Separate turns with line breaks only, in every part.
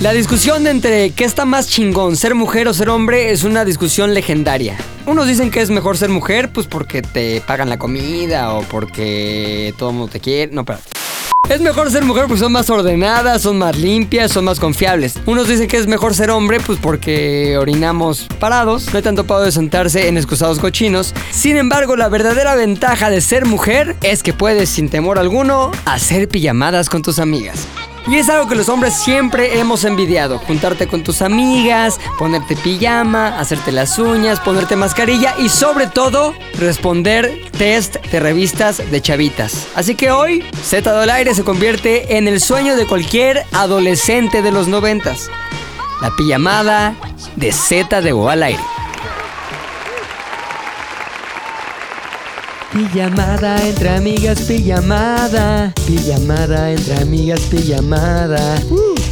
La discusión entre qué está más chingón, ser mujer o ser hombre, es una discusión legendaria. Unos dicen que es mejor ser mujer, pues porque te pagan la comida o porque todo el mundo te quiere. No, espérate. Es mejor ser mujer porque son más ordenadas, son más limpias, son más confiables. Unos dicen que es mejor ser hombre pues porque orinamos parados, no hay tanto pavo de sentarse en excusados cochinos. Sin embargo, la verdadera ventaja de ser mujer es que puedes sin temor alguno hacer pijamadas con tus amigas. Y es algo que los hombres siempre hemos envidiado. Juntarte con tus amigas, ponerte pijama, hacerte las uñas, ponerte mascarilla y sobre todo responder test de revistas de chavitas. Así que hoy Z del Aire se convierte en el sueño de cualquier adolescente de los noventas. La pijamada de Z de Boal Aire. Pijamada entre amigas, pijamada. Pijamada entre amigas, pijamada.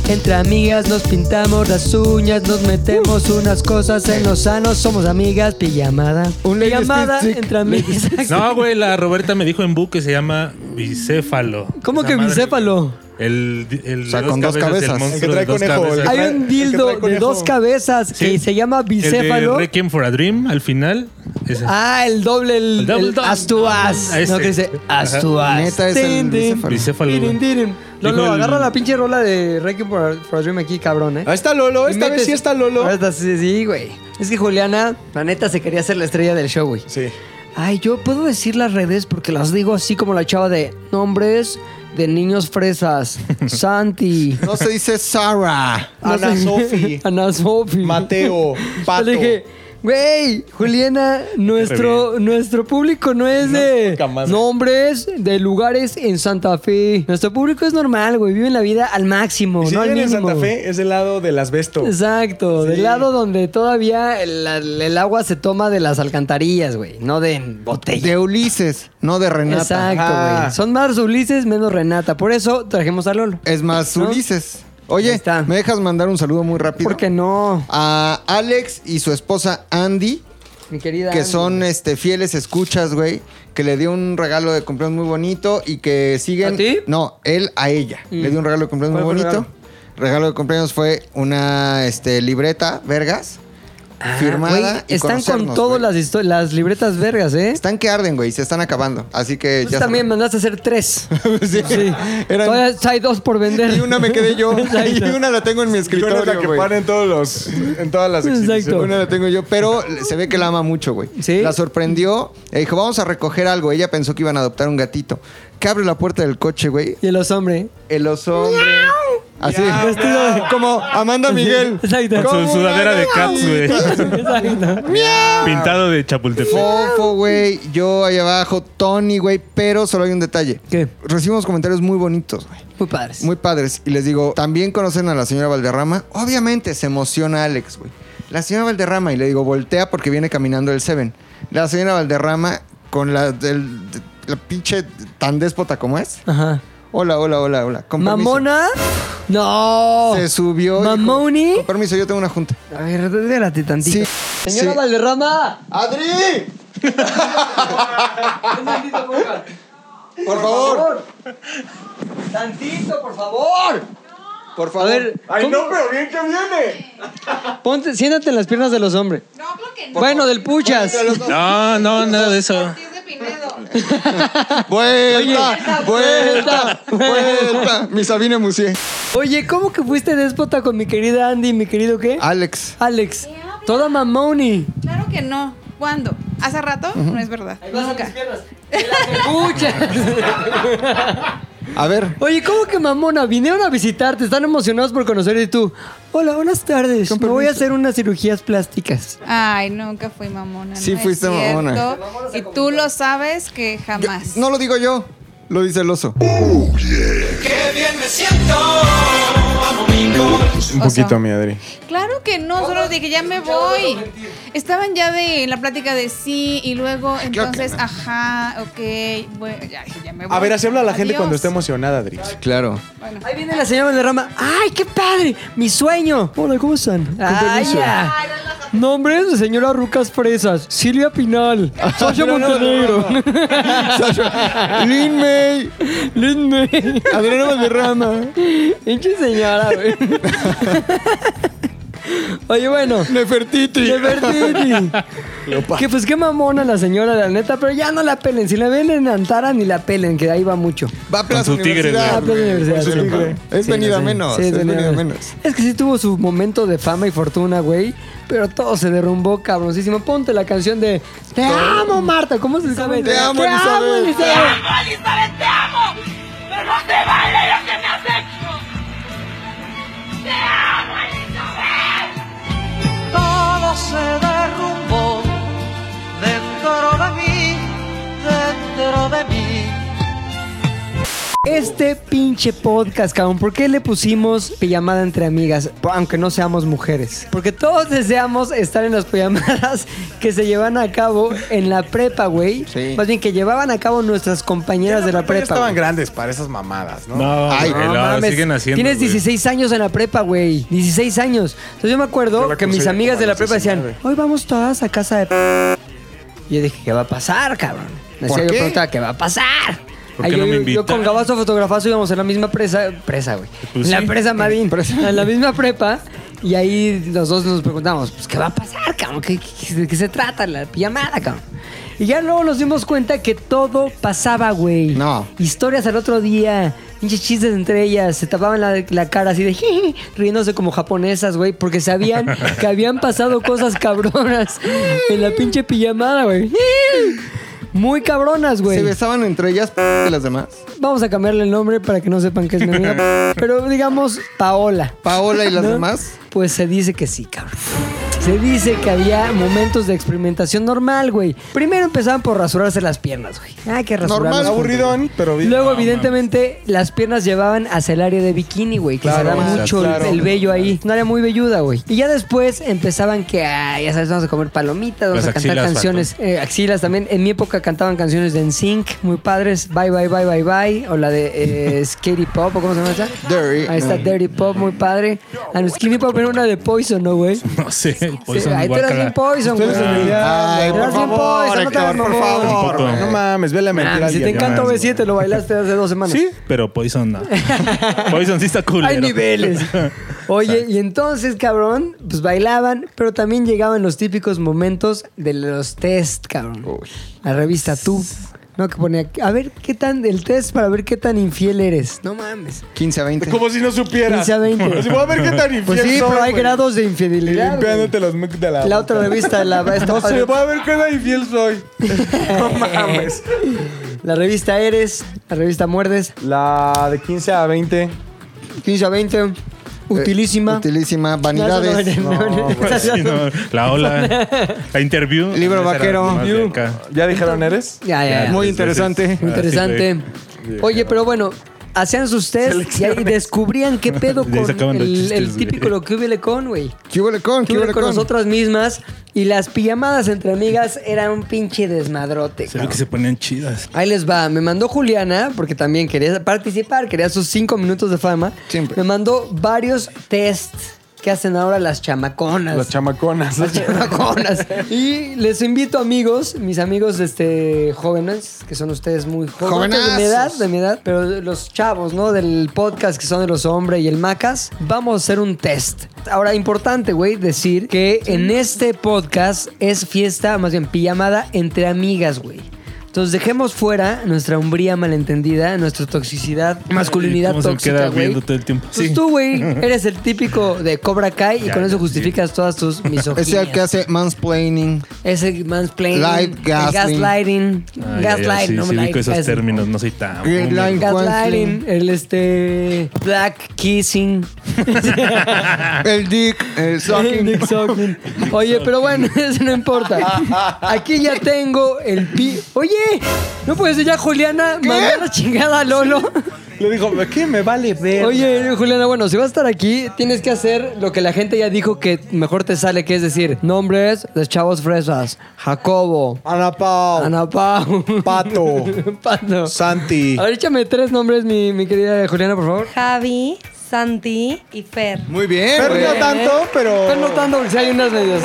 Entre amigas nos pintamos las uñas, nos metemos unas cosas en los sanos, somos amigas, pijamada.
Un lady
pijamada
stick,
entre amigas.
No, güey, la Roberta me dijo en Bu que se llama bicéfalo.
¿Cómo
Esa
que
madre-
bicéfalo?
El, el
sea,
de
con dos
El
cabezas.
monstruo
El que trae
de dos
conejo,
cabezas.
el
Hay
trae-
un
el que
dildo
trae
de dos
conejo.
cabezas que
Sí.
se llama
El
bicéfalo.
de Requiem for a Dream, al final. Ese.
Ah, el doble, el,
El double
el
dog.
as to as.
Ah, ese.
No, que dice as
Ajá.
to as.
Neta, es el bicéfalo.
Bicéfalo, güey.
Tirin, tirin.
Dijo
Lolo,
el-
agarra la pinche rola de Requiem for, for a Dream aquí, cabrón, eh.
Ahí está Lolo,
Y
esta
metes-
vez Ah, sí está Lolo.
Ahora está- sí, sí, güey. Es que Juliana, la neta, se quería ser la estrella del show, güey.
Sí.
Ay, yo puedo decir las redes porque las digo así como la chava de nombres de niños fresas. Santi.
No se dice Sara.
Ana
sé.
Sofi.
Ana Sofi.
Mateo, Pato.
Le dije, güey, Juliana, nuestro, nuestro público no es de
poca madre.
nombres de lugares en Santa Fe. Nuestro público es normal, güey. Viven la vida al máximo,
Y si
no al
viven en
mínimo.
Santa Fe, es del lado del asbesto.
Exacto,
Sí.
del lado donde todavía el, el agua se toma de las alcantarillas, güey, no de en botella.
De Ulises, no de Renata.
Exacto,
Ajá.
güey. Son más Ulises menos Renata. Por eso trajimos a Lolo.
Es más
¿No?
Ulises.
Ahí
Oye,
está.
¿me dejas mandar un saludo muy rápido?
¿Por qué no?
A Alex y su esposa Andy,
Mi querida.
que
Andy.
eh,
son este fieles escuchas, güey, que le dio un regalo de cumpleaños muy bonito y que siguen.
¿A ti? Mm.
No, él a ella. Le dio un regalo de cumpleaños muy
¿Cuál fue el
bonito. Regalo de cumpleaños fue una este, libreta, vergas,
Ah,
firmada.
güey,
y
están con
conocernos,
todas
güey.
las, histo- las libretas vergas, ¿eh?
Están que arden, güey, se están acabando. Así que
Tú
ya.
Pues también
saben.
mandaste a hacer tres.
Sí.
Sí.
Eran-
Todavía hay dos por vender.
Y una me quedé yo. Y
Exacto.
una la tengo en mi
Yo no es la
escritorio,
que
güey.
para en, todos los, en todas las
Exacto.
exhibiciones.
Una la tengo yo, pero se ve que la ama mucho, güey.
¿Sí?
La sorprendió. Le dijo, vamos a recoger algo. Ella pensó que iban a adoptar un gatito. Que abre la puerta del coche, güey.
Y los hombres.
El oso. hombre. Así.
Vestido de-
Como Amanda Miguel.
Exacto.
Con su sudadera de Cats, güey.
Exacto.
Pintado de Chapultepec.
Fofo, güey. Yo ahí abajo. Tony, güey. Pero solo hay un detalle.
¿Qué?
Recibimos comentarios muy bonitos, güey.
Muy padres.
Muy padres. Y les digo, ¿también conocen a la señora Valderrama? Obviamente se emociona Alex, güey. La señora Valderrama, y le digo, voltea porque viene caminando el Seven. La señora Valderrama, con la, del- de- la pinche tan déspota como es.
Ajá.
Hola, hola, hola, hola. Con permiso.
¿Mamona? No.
Se subió. dijo,
¿Mamoni?
Con permiso, yo tengo una junta.
A ver, déjate tantito.
Sí.
Señora
Sí.
Valderrama.
¡Adri!
Tantito, por favor.
Por favor,
Tantito, por favor.
por
A
favor.
ver,
Ay,
¿cómo-
no, pero bien que viene.
ponte, siéntate en las piernas de los hombres.
No, creo que no.
Bueno, del puchas.
No, no, nada de eso.
Ortiz de Pinedo.
Vuelta, vuelta,
vuelta.
vuelta. Mi Sabine Musier.
Oye, ¿cómo que fuiste déspota con mi querida Andy y mi querido qué?
Alex.
Alex.
¿Qué habla?
Toda mamoni.
Claro que no. ¿Cuándo? ¿Hace rato? No es verdad. Nunca.
A ver,
Oye, ¿cómo que mamona? Vinieron a visitarte, están emocionados por conocer y tú. Hola, buenas tardes. Me voy a hacer unas cirugías plásticas.
Ay, nunca fui mamona.
Sí
no es
fuiste mamona.
cierto. Y tú lo sabes que
Yo-
jamás.
no lo digo yo, lo dice el oso.
Un
O sea,
poquito, mi Adri.
Claro que no, solo dije, ya me voy. Estaban ya de en la plática de sí y luego entonces, ajá, ok, bueno, ya, ya me voy.
A ver, así habla la gente
Adiós.
cuando está emocionada, Adri.
Claro.
Bueno.
Ahí
Ah,
viene la señora Valderrama. ¡Ay, qué padre! ¡Mi sueño! Hola, ¿cómo están? ¡Ay, Ah, ya! Nombres de señora Rucas Fresas. Silvia Pinal. Sasha
no, no,
Montenegro.
Lin May.
Lin May.
Adriana Valderrama.
Pinche señora, güey. Oye, bueno.
Nefertiti.
Nefertiti. Que pues qué mamona la señora, la neta, pero ya no la pelen. Si la ven en Antara, ni la pelen, que ahí va mucho.
Va a Plaza
Con su tigre,
Ah,
güey.
Universidad,
Plaza
güey.
Universidad,
Con su
sí,
tigre.
güey.
Es
Sí,
venida
sí.
menos,
Sí,
es venida menos.
Es que sí tuvo su momento de fama y fortuna, güey. Pero todo se derrumbó cabroncísimo. Ponte la canción de Te amo, Marta. ¿Cómo se sabe?
Te amo, Elizabeth.
Elizabeth.
Elizabeth, te amo, pero no te vale lo que me has hecho. Te amo, Elizabeth.
todo se derrumbó dentro de mí, dentro de mí.
Este pinche podcast, cabrón, ¿por qué le pusimos pijamada entre amigas? Por- Aunque no seamos mujeres. Porque todos deseamos estar en las pijamadas que se llevan a cabo en la prepa, güey.
Sí.
Más bien que llevaban a cabo nuestras compañeras de la
Ya
prepa.
estaban
güey.
grandes para esas mamadas, ¿no?
No,
Ay,
güey,
No
la
mames,
siguen haciendo.
Tienes
güey.
16 años en la prepa, güey. 16 años. Entonces yo me
Yo
acuerdo
la
que mis
crucé
amigas
como
de
a
la
los
prepa decían,
19.
hoy vamos todas a casa de... p-". Y yo dije, ¿qué va a pasar, cabrón? Me
¿Por
decía, yo
qué?
preguntaba, ¿qué va a pasar?
¿Por
Ay,
qué
yo,
no me
yo- yo con
invitan?
Gabazo Fotografazo íbamos en la misma presa, presa, güey.
Pues
en la
sí.
presa Madín, en la misma prepa. Y ahí los dos nos preguntamos, pues, ¿qué va a pasar, cabrón? ¿Qué, qué- de qué se trata la pijamada, cabrón? Y ya luego nos dimos cuenta que todo pasaba, güey.
No.
Historias al otro día, pinches chistes entre ellas, se tapaban la, la cara así de jeje, riéndose como japonesas, güey, porque sabían que habían pasado cosas cabronas en la pinche pijamada, güey. Muy cabronas, güey.
Se besaban entre ellas y las demás.
Vamos a cambiarle el nombre para que no sepan que es mi amiga. Pero digamos Paola.
Paola y las
¿no?
demás.
Pues se dice que sí, cabrón. Se dice que había momentos de experimentación normal, güey. Primero empezaban por rasurarse las piernas, güey. Ah, que rasurarse.
Normal,
Aburridón, pero bien.
Luego, evidentemente, las piernas llevaban hacia el área de bikini, güey, que
Claro,
se da
claro,
mucho
claro.
el vello ahí. Una área muy velluda, güey. Y ya después empezaban que, ah, ya sabes, vamos a comer palomitas, vamos
Las
a cantar
axilas,
canciones, eh, axilas también. En mi época cantaban canciones de NSYNC, muy padres, Bye Bye Bye Bye Bye, o la de eh, Scary Pop, ¿o cómo se llama esa?
Dirty.
Ahí está Dirty Pop, muy padre. A los Skinny Pop era una de Poison, ¿no, güey?
No sé,
Sí,
Poison
ahí tú eras
guácala.
bien Poison, güey. Ah,
Ustedes en el
Ay,
Eras
por
bien
pues,
favor,
Poison, no te hagas
Héctor, por
mamón.
favor.
Tampoco.
No mames, ve la mentira.
Ah, Si
al
te
día,
encanta
mames.
B7, lo bailaste hace dos semanas.
Sí, pero Poison no. Poison sí está cool.
Hay niveles. Oye, y entonces, cabrón, pues bailaban, pero también llegaban los típicos momentos de los test, cabrón. La revista Tú. No, que ponía, a ver qué tan, el test para ver qué tan infiel eres. No mames.
15 a 20.
Como si no supieras.
15 a 20.
Pues voy a ver qué tan infiel
Pues sí,
soy,
pero hay
güey.
grados de
Y
infidelidad.
Limpiándote los mucos de la
güey. La
boca.
otra revista, la, esta
No sé,
padre-
voy a ver qué tan infiel soy. No mames.
la revista Eres, la revista Muerdes,
La de 15 a 20.
15 a 20, utilísima.
Eh, Utilísima.
No, eso no,
Vanidades.
no, no, no, esas
Sí,
ya son-
no, la ola. La interview.
Libro
Esa era
vaquero.
más de acá.
¿Ya dijeron eres?
Ya, ya, ya.
Muy interesante.
Muy interesante. Oye, pero bueno, hacían sus tests y ahí descubrían qué pedo
De ahí
con
sacaban los
el,
chistes,
el
güey.
típico lo que hubiera con, güey.
¿Qué huele con?
Que
¿Qué
hubiera
huele
con
con?
nosotras mismas y las pijamadas entre amigas eran un pinche desmadrote.
Se ve
cabrón.
que se ponían chidas.
Ahí les va, me mandó Juliana, porque también quería participar, quería sus cinco minutos de fama.
Siempre.
Me mandó varios tests que hacen ahora las chamaconas.
Las chamaconas.
Las chamaconas. Y les invito, amigos, mis amigos este, jóvenes, que son ustedes muy jóvenes. De mi edad,
Jovenazos.
de mi edad. Pero los chavos, ¿no? Del podcast que son de los hombres y el Macas. Vamos a hacer un test. Ahora, importante, güey, decir que en este podcast es fiesta, más bien pijamada entre amigas, güey. Entonces dejemos fuera nuestra hombría malentendida, nuestra toxicidad, masculinidad
¿Cómo se
tóxica,
queda
güey.
viendo todo el tiempo?
Pues
Sí.
tú, güey, eres el típico de Cobra Kai y
Ya,
con eso
ya,
justificas todas tus misoginias.
Es el que hace mansplaining.
Ese mansplaining,
Light
el
gaslighting.
gaslighting,
Ay, ay, ay,
gaslighting,
sí,
no
sí,
light
ubico esos
gaslighting.
términos, no soy tan.
Green
boomer.
line.
Gaslighting, el este black kissing,
Ah.
El dick. El
el
sucking.
dick sucking. Oye, pero bueno, eso no importa. Aquí ya tengo el pi. Oye, no puede ser ya Juliana mandó la chingada a Lolo.
Le dijo, ¿qué me vale ver?
Oye, Juliana, bueno, si vas a estar aquí, tienes que hacer lo que la gente ya dijo que mejor te sale, que es decir, nombres de chavos fresas. Jacobo,
Ana Pao,
Ana Pau,
Pato,
Pato.
Santi.
A ver, échame tres nombres, mi, mi querida Juliana, por favor.
Javi, Santi y Fer.
Muy bien,
Fer
güey.
no tanto, pero.
Estoy notando que sí hay unas medias.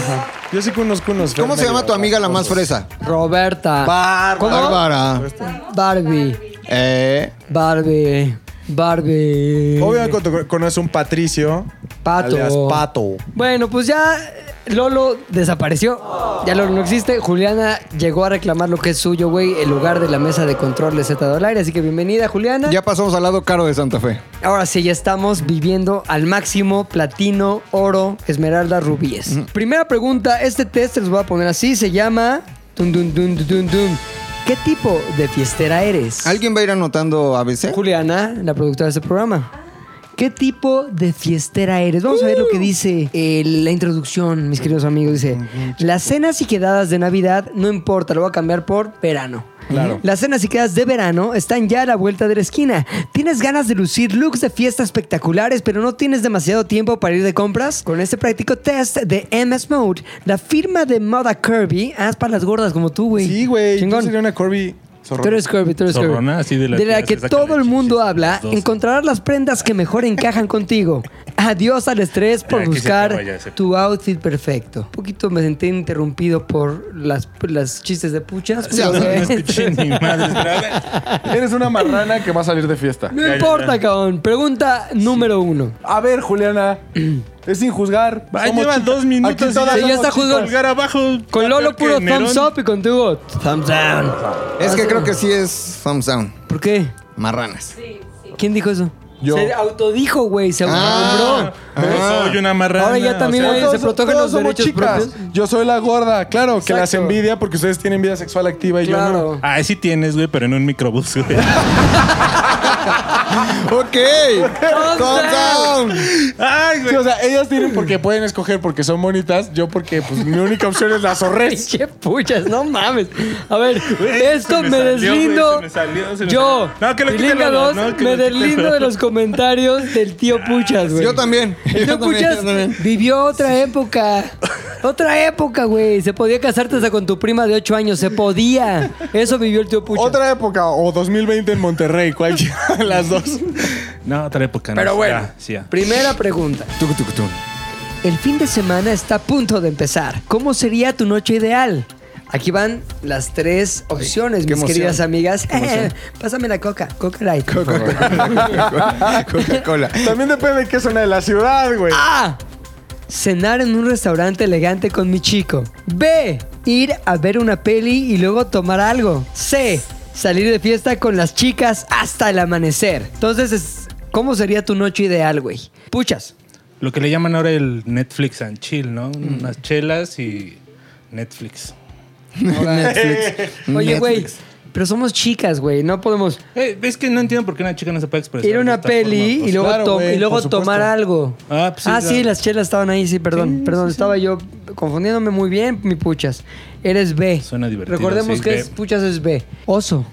Yo sí conozco unos. Fer
¿Cómo se
medio
llama tu amiga la más
rasposos.
fresa?
Roberta. ¿Cómo?
Bárbara.
Barbie.
Eh.
Barbie. Barbie.
Obviamente cuando conoces un Patricio.
Pato.
alias Pato.
Bueno, pues ya Lolo desapareció. Ya Lolo no existe. Juliana llegó a reclamar lo que es suyo, güey, el lugar de la mesa de control de Z al aire. Así que bienvenida, Juliana.
Ya pasamos al lado caro de Santa Fe.
Ahora sí, ya estamos viviendo al máximo platino, oro, esmeralda, rubíes. Primera pregunta, este test se los voy a poner así, se llama... Dun, dun, dun, dun, dun, dun. ¿Qué tipo de fiestera eres?
¿Alguien va a ir anotando ABC?
Juliana, la productora de este programa. ¿Qué tipo de fiestera eres? Vamos a ver lo
Uh.
que dice eh, la introducción, mis queridos amigos. Dice, las cenas y quedadas de Navidad, no importa, lo voy a cambiar por verano. Claro. Las cenas y quedadas de verano están ya a la vuelta de la esquina. ¿Tienes ganas de lucir looks de fiesta espectaculares, pero no tienes demasiado tiempo para ir de compras? Con este práctico test de MS Mode, la firma de moda Kirby, haz para las gordas como tú, güey.
Sí, güey. Yo
Chingón.
sería una Corby.
Tú eres Kirby, tú eres Kirby.
Zorrona, así de la que se
que
saca
todo
la
el mundo
chichis,
habla,
los dos.
encontrarás las prendas que mejor encajan contigo. Adiós al estrés por
Ya, que se
buscar
acaba ya ese-
tu outfit perfecto. Un poquito me sentí interrumpido por las, por las chistes de puchas.
No,
pero,
no
eh,
escuché ni madres, pero a ver.
Eres una marrana que va a salir de fiesta.
no importa, cabrón. Pregunta número uno.
A ver, Juliana. es sin juzgar.
Ahí
Somos
llevan
chicas.
dos minutos.
Aquí todas
Sí, ya
somos
está juzgando.
chicas.
Pulgar abajo.
Con Lolo
Peor que
puro
Nerón.
thumbs up y contigo thumbs down.
Es que creo que sí es thumbs down.
¿Por qué?
Marranas.
¿Quién dijo eso?
Yo.
Se autodijo, güey. Se autonombró.
Ah,
Pero Soy una marrana.
Ahora ya también
Ah, o sea,
hay-
Todos-
se protegen
todos
los
somos
derechos
chicas.
propios.
Yo soy la gorda, claro, que las
Exacto.
envidia porque ustedes tienen vida sexual activa y yo no.
Claro.
Ah, sí tienes, güey, pero en un microbús, güey.
Ok.
Thumbs
Thumbs down.
Ay,
Sí,
güey.
o sea, ellas tienen porque pueden escoger porque son bonitas, yo porque pues mi única opción es las zorres.
Pinche puchas, no mames. A ver,
Güey,
esto me,
se me salió,
deslindo.
güey, se me salió, se me
yo,
salió. No, que lo quite
Pilinga
Lolo,
2,
no, que
me
lo quite
deslindo
Lolo.
de los comentarios del tío
Ah,
Puchas, güey.
Yo también.
El tío
Yo también,
Puchas
yo también.
vivió otra época. Otra época, güey. Se podía casarte hasta con tu prima de 8 años. Se podía. Eso vivió el tío Puchas.
Otra época o 2020 en Monterrey, cualquiera de las dos.
No, otra época. no,
Pero
sí,
bueno.
ya, sí, ya.
Primera pregunta.
Tuc, tuc, tuc.
El fin de semana está a punto de empezar. ¿Cómo sería tu noche ideal? Aquí van las tres opciones, mis
qué emoción.
queridas amigas. Pásame la coca, coca light. por favor.
Ah. Coca-Cola.
También depende de qué zona de la ciudad, güey.
A. Ah, Cenar en un restaurante elegante con mi chico. B. Ir a ver una peli y luego tomar algo. C. Salir de fiesta con las chicas hasta el amanecer. Entonces, es- ¿cómo sería tu noche ideal, güey? Puchas.
Lo que le llaman ahora el Netflix and chill, ¿no? Unas chelas y Netflix.
Netflix.
Oye, güey,
Netflix.
pero somos chicas, güey. No podemos
Eh, es que no entiendo por qué una chica no se puede expresar.
ir a
de
una
esta
peli
forma, pues.
y luego,
claro,
tom-
güey,
y luego
por supuesto.
tomar algo.
Ah, pues sí,
ah,
claro.
sí, las chelas estaban ahí, sí, perdón. perdón, estaba yo confundiéndome muy bien, mi puchas. Eres B.
Suena divertido,
Recordemos
sí,
que
B.
es, puchas es B. Oso.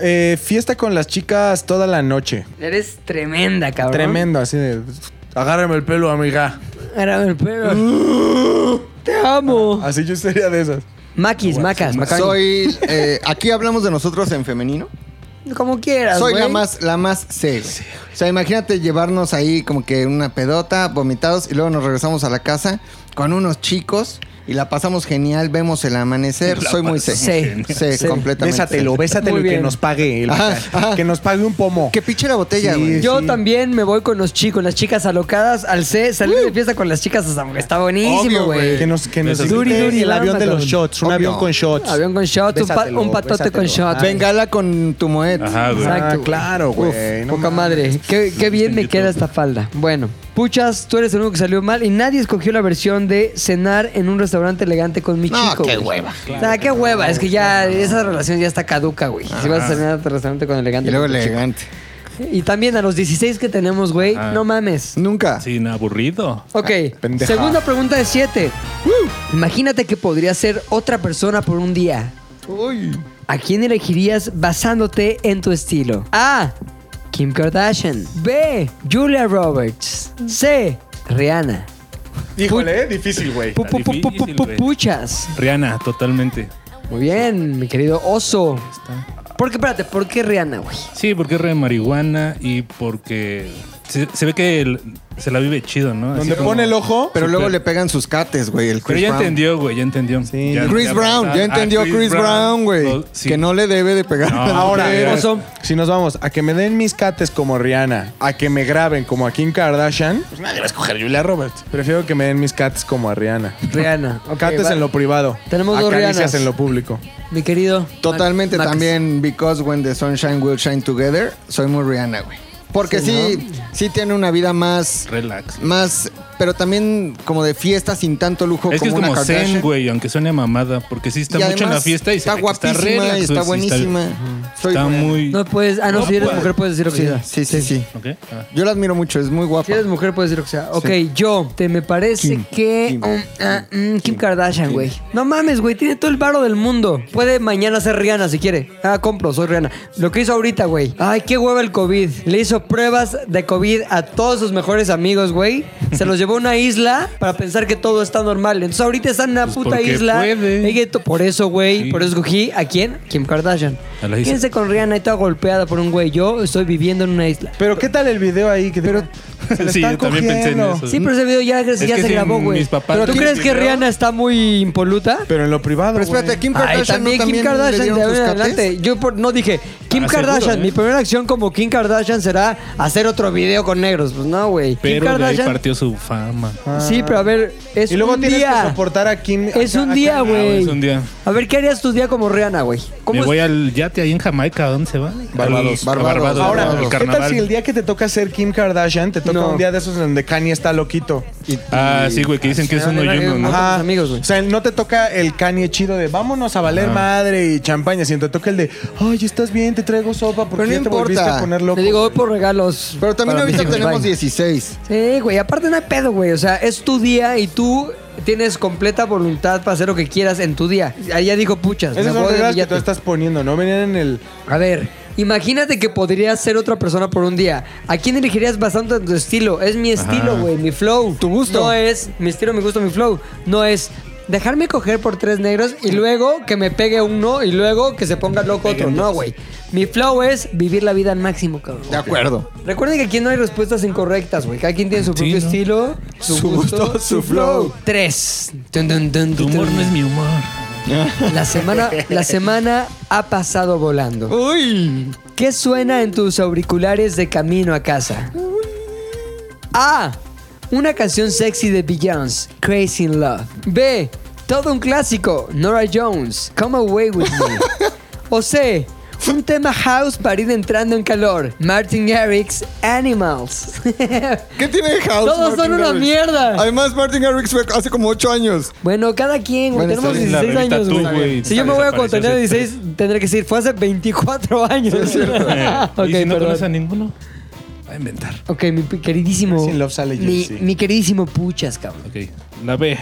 Eh, fiesta con las chicas toda la noche.
Eres tremenda, cabrón.
Tremendo, así de. Agárrame el pelo, amiga.
Agárrame el pelo. Te amo.
Así yo sería de esas.
Maquis, macas, macas.
Soy. eh, aquí hablamos de nosotros en femenino.
Como quieras,
Soy la
güey.
más, la más C. güey. O sea, imagínate llevarnos ahí como que una pedota, vomitados, y luego nos regresamos a la casa con unos chicos y la pasamos genial, vemos el amanecer. Soy muy C.
pasamos
C,
Sí.
completamente.
Bésatelo,
C.
bésatelo
Muy
y que
bien.
nos pague. el-
Ajá, ajá.
Que nos pague un pomo.
Que pinche la botella,
Sí,
güey.
Yo
sí.
también me voy con los chicos, las chicas alocadas al C, salir de fiesta con las chicas hasta- está buenísimo,
Obvio,
güey.
güey.
Que nos, que nos
Duri,
invite
duri,
el avión de los
Amazon.
shots, un
Obvio.
avión con shots.
Avión con shots, un, pa-
Bésatelo,
un patote con
bésatelo.
shots.
Bengala con tu moet.
Ajá, güey.
Exacto.
Ah,
güey.
claro,
Uf,
güey. no
poca
mames.
madre. Qué, qué bien me
YouTube.
queda esta falda. Bueno, puchas, tú eres el único que salió mal y nadie escogió la versión de cenar en un restaurante elegante con mi
No,
chico.
qué
güey.
hueva.
O sea, qué hueva. Es que ya esa relación ya está caduca, güey. Si vas a cenar a otro restaurante con elegante.
Y luego
con tu chico.
elegante.
Y también a los 16 que tenemos, güey,
Ah.
no mames.
Nunca.
Sí, no, aburrido.
Ok,
Ah,
pendeja.
segunda pregunta de 7. Imagínate que podría ser otra persona por un día. ¿A quién elegirías basándote en tu estilo? A. Kim Kardashian. B. Julia Roberts. C. Rihanna.
Híjole, eh, difícil, güey.
Pu- pu- pu- pu-
difícil,
pu-
güey.
Puchas.
Rihanna, totalmente.
Muy bien, mi querido oso. Porque, espérate, ¿por qué Rihanna, güey?
Sí, porque es re marihuana y porque se, se ve que el- se la vive chido, ¿no? Así
Donde
como-
pone el ojo.
Pero luego
Súper.
le pegan sus cates, güey. El
Pero
Chris
ya
Brown.
entendió, güey, ya entendió.
Sí. Chris Brown, ya entendió
Ah,
Chris Brown, güey.
Lo- sí.
Que no le debe de pegar.
No.
a las
Ahora,
mujeres.
oso, si nos vamos a que me den mis cates como Rihanna, a que me graben como a Kim Kardashian, pues nadie va a escoger Julia Roberts. Prefiero que me den mis cates como a Rihanna.
Rihanna. ok,
cates
va.
en lo privado.
Tenemos dos
acaricias
Rihannas.
en lo público.
Mi querido.
Totalmente
Max.
también Because When the Sunshine Will Shine Together, soy muy Rihanna, güey. Porque sí, sí, tiene una vida más,
Relax.
más, pero también como de fiesta sin tanto lujo
Es que es
como una
como
Kardashian.
zen, güey, aunque suene a mamada, porque sí está
Y
mucho en la
además
fiesta y se
está
ve que
guapísima
relax,
y
güey,
está
sí,
buenísima.
Está,
Soy Rihanna.
muy...
No puedes. Ah, no,
No
si eres
puedes.
mujer puedes decir lo que
Sí,
sea.
sí, sí, sí.
¿Ok? Ah.
Yo la admiro mucho, es muy guapa.
Si eres mujer puedes decir lo que sea. Ok, yo. Te me parece
Kim,
que.
Kim,
um, ah, mm, Kim, Kardashian, güey. No mames, güey. Tiene todo el varo del mundo. Puede mañana ser Rihanna si quiere. Ah, compro, soy Rihanna. Lo que hizo ahorita, güey. Ay, qué hueva el COVID. Le hizo pruebas de COVID a todos sus mejores amigos, güey. Se los llevó a una isla para pensar que todo está normal. Entonces ahorita están en una
Pues
puta
porque
isla.
puede.
Ella to- Por eso, güey.
Sí.
Por eso escogí a quién? Kim Kardashian.
A la isla.
Quédense con Rihanna y toda golpeada por un güey. Yo estoy viviendo en una isla.
Pero ¿qué tal el video ahí? Que pero,
Sí, yo también pensé en eso.
Sí, pero ese video ya,
Es
ya
que
se
sí,
grabó, güey.
mis papás
¿Pero tú
vieron
crees
el
que
video.
Rihanna está muy impoluta?
Pero en lo privado.
Pero espérate,
güey.
Kim
Ay,
Kardashian
también
no
Kim
también le
Kardashian
dieron
de ahora
sus
en
cates?
adelante. Yo por- no dije, Kim
Ah, seguro,
Kardashian,
¿eh?
mi primera acción como Kim Kardashian será hacer otro video con negros. Pues no, güey. Kim
Pero de ahí
Kardashian.
partió su fama.
Sí, pero a ver, es
y luego
un
tienes que
día.
soportar a Kim.
Es
a-
un
a-
día, güey.
Ah, es un día.
A ver, ¿qué harías tu día como Rihanna, güey?
Me
¿Cómo
voy
es?
al yate ahí en Jamaica, ¿a dónde se va?
Barbados,
Al- a
Barbados,
Ahora,
Barbados.
al
¿qué tal
carnaval.
si el día que te toca ser Kim Kardashian, te toca
No.
un día de esos donde Kanye está loquito?
Ah, sí, güey, que dicen que es uno y uno, ¿no?
Ajá. con tus pues, amigos, güey.
O sea, no te toca el Kanye chido de vámonos a valer madre y champaña, sino te toca el de ay, estás bien, te traigo sopa porque
Pero no
ya te
importa.
volviste a poner loco.
Te digo, voy por regalos.
Pero también
para
ahorita
mis hijos,
tenemos
bye.
16.
Sí, güey, aparte no hay pedo, güey. O sea, es tu día y tú tienes completa voluntad para hacer lo que quieras en tu día. Allá dijo puchas. me
Esas son
voy de
reglas que
billete.
tú estás poniendo, ¿no? Venían en el...
A ver, imagínate que podrías ser otra persona por un día. ¿A quién elegirías bastante tu estilo? Es mi estilo, güey, mi flow. Tu gusto. No es mi estilo, mi gusto, mi flow. No es dejarme coger por tres negros y luego que me pegue uno y luego que se ponga loco otro. No, güey. Mi flow es vivir la vida al máximo, cabrón.
De acuerdo.
Recuerden que aquí no hay respuestas incorrectas, güey. Cada quien tiene su propio
¿no?
estilo, su, gusto, su flow. Tres. Dun, dun, dun,
Tu
dun,
humor
dun.
no es mi humor.
La semana, la semana ha pasado volando. ¡Uy! ¿Qué suena en tus auriculares de camino a casa? A. Una canción sexy de Beyoncé, Crazy in Love. B. Todo un clásico, Nora Jones, Come Away With Me. O C. Un tema house para ir entrando en calor, Martin Garrix, Animals.
¿Qué tiene de House?
Todos son una
Garrix?
mierda.
Además, Martin Garrix fue hace como 8 años.
Bueno, cada quien, güey.
Bueno,
Tenemos
está bien.
16
La verdad,
años,
tú,
güey.
güey,
Si yo me voy a
desapareció
contener a
hace
16, tendré que decir, fue hace 24 años. ok,
Eh, ¿Y si no conoces a
perdón.
ninguno? Va a inventar.
Ok, mi pi- queridísimo.
Crazy in Love sale
mi,
Jay-Z.
mi queridísimo Puchas, cabrón.
Ok, la B.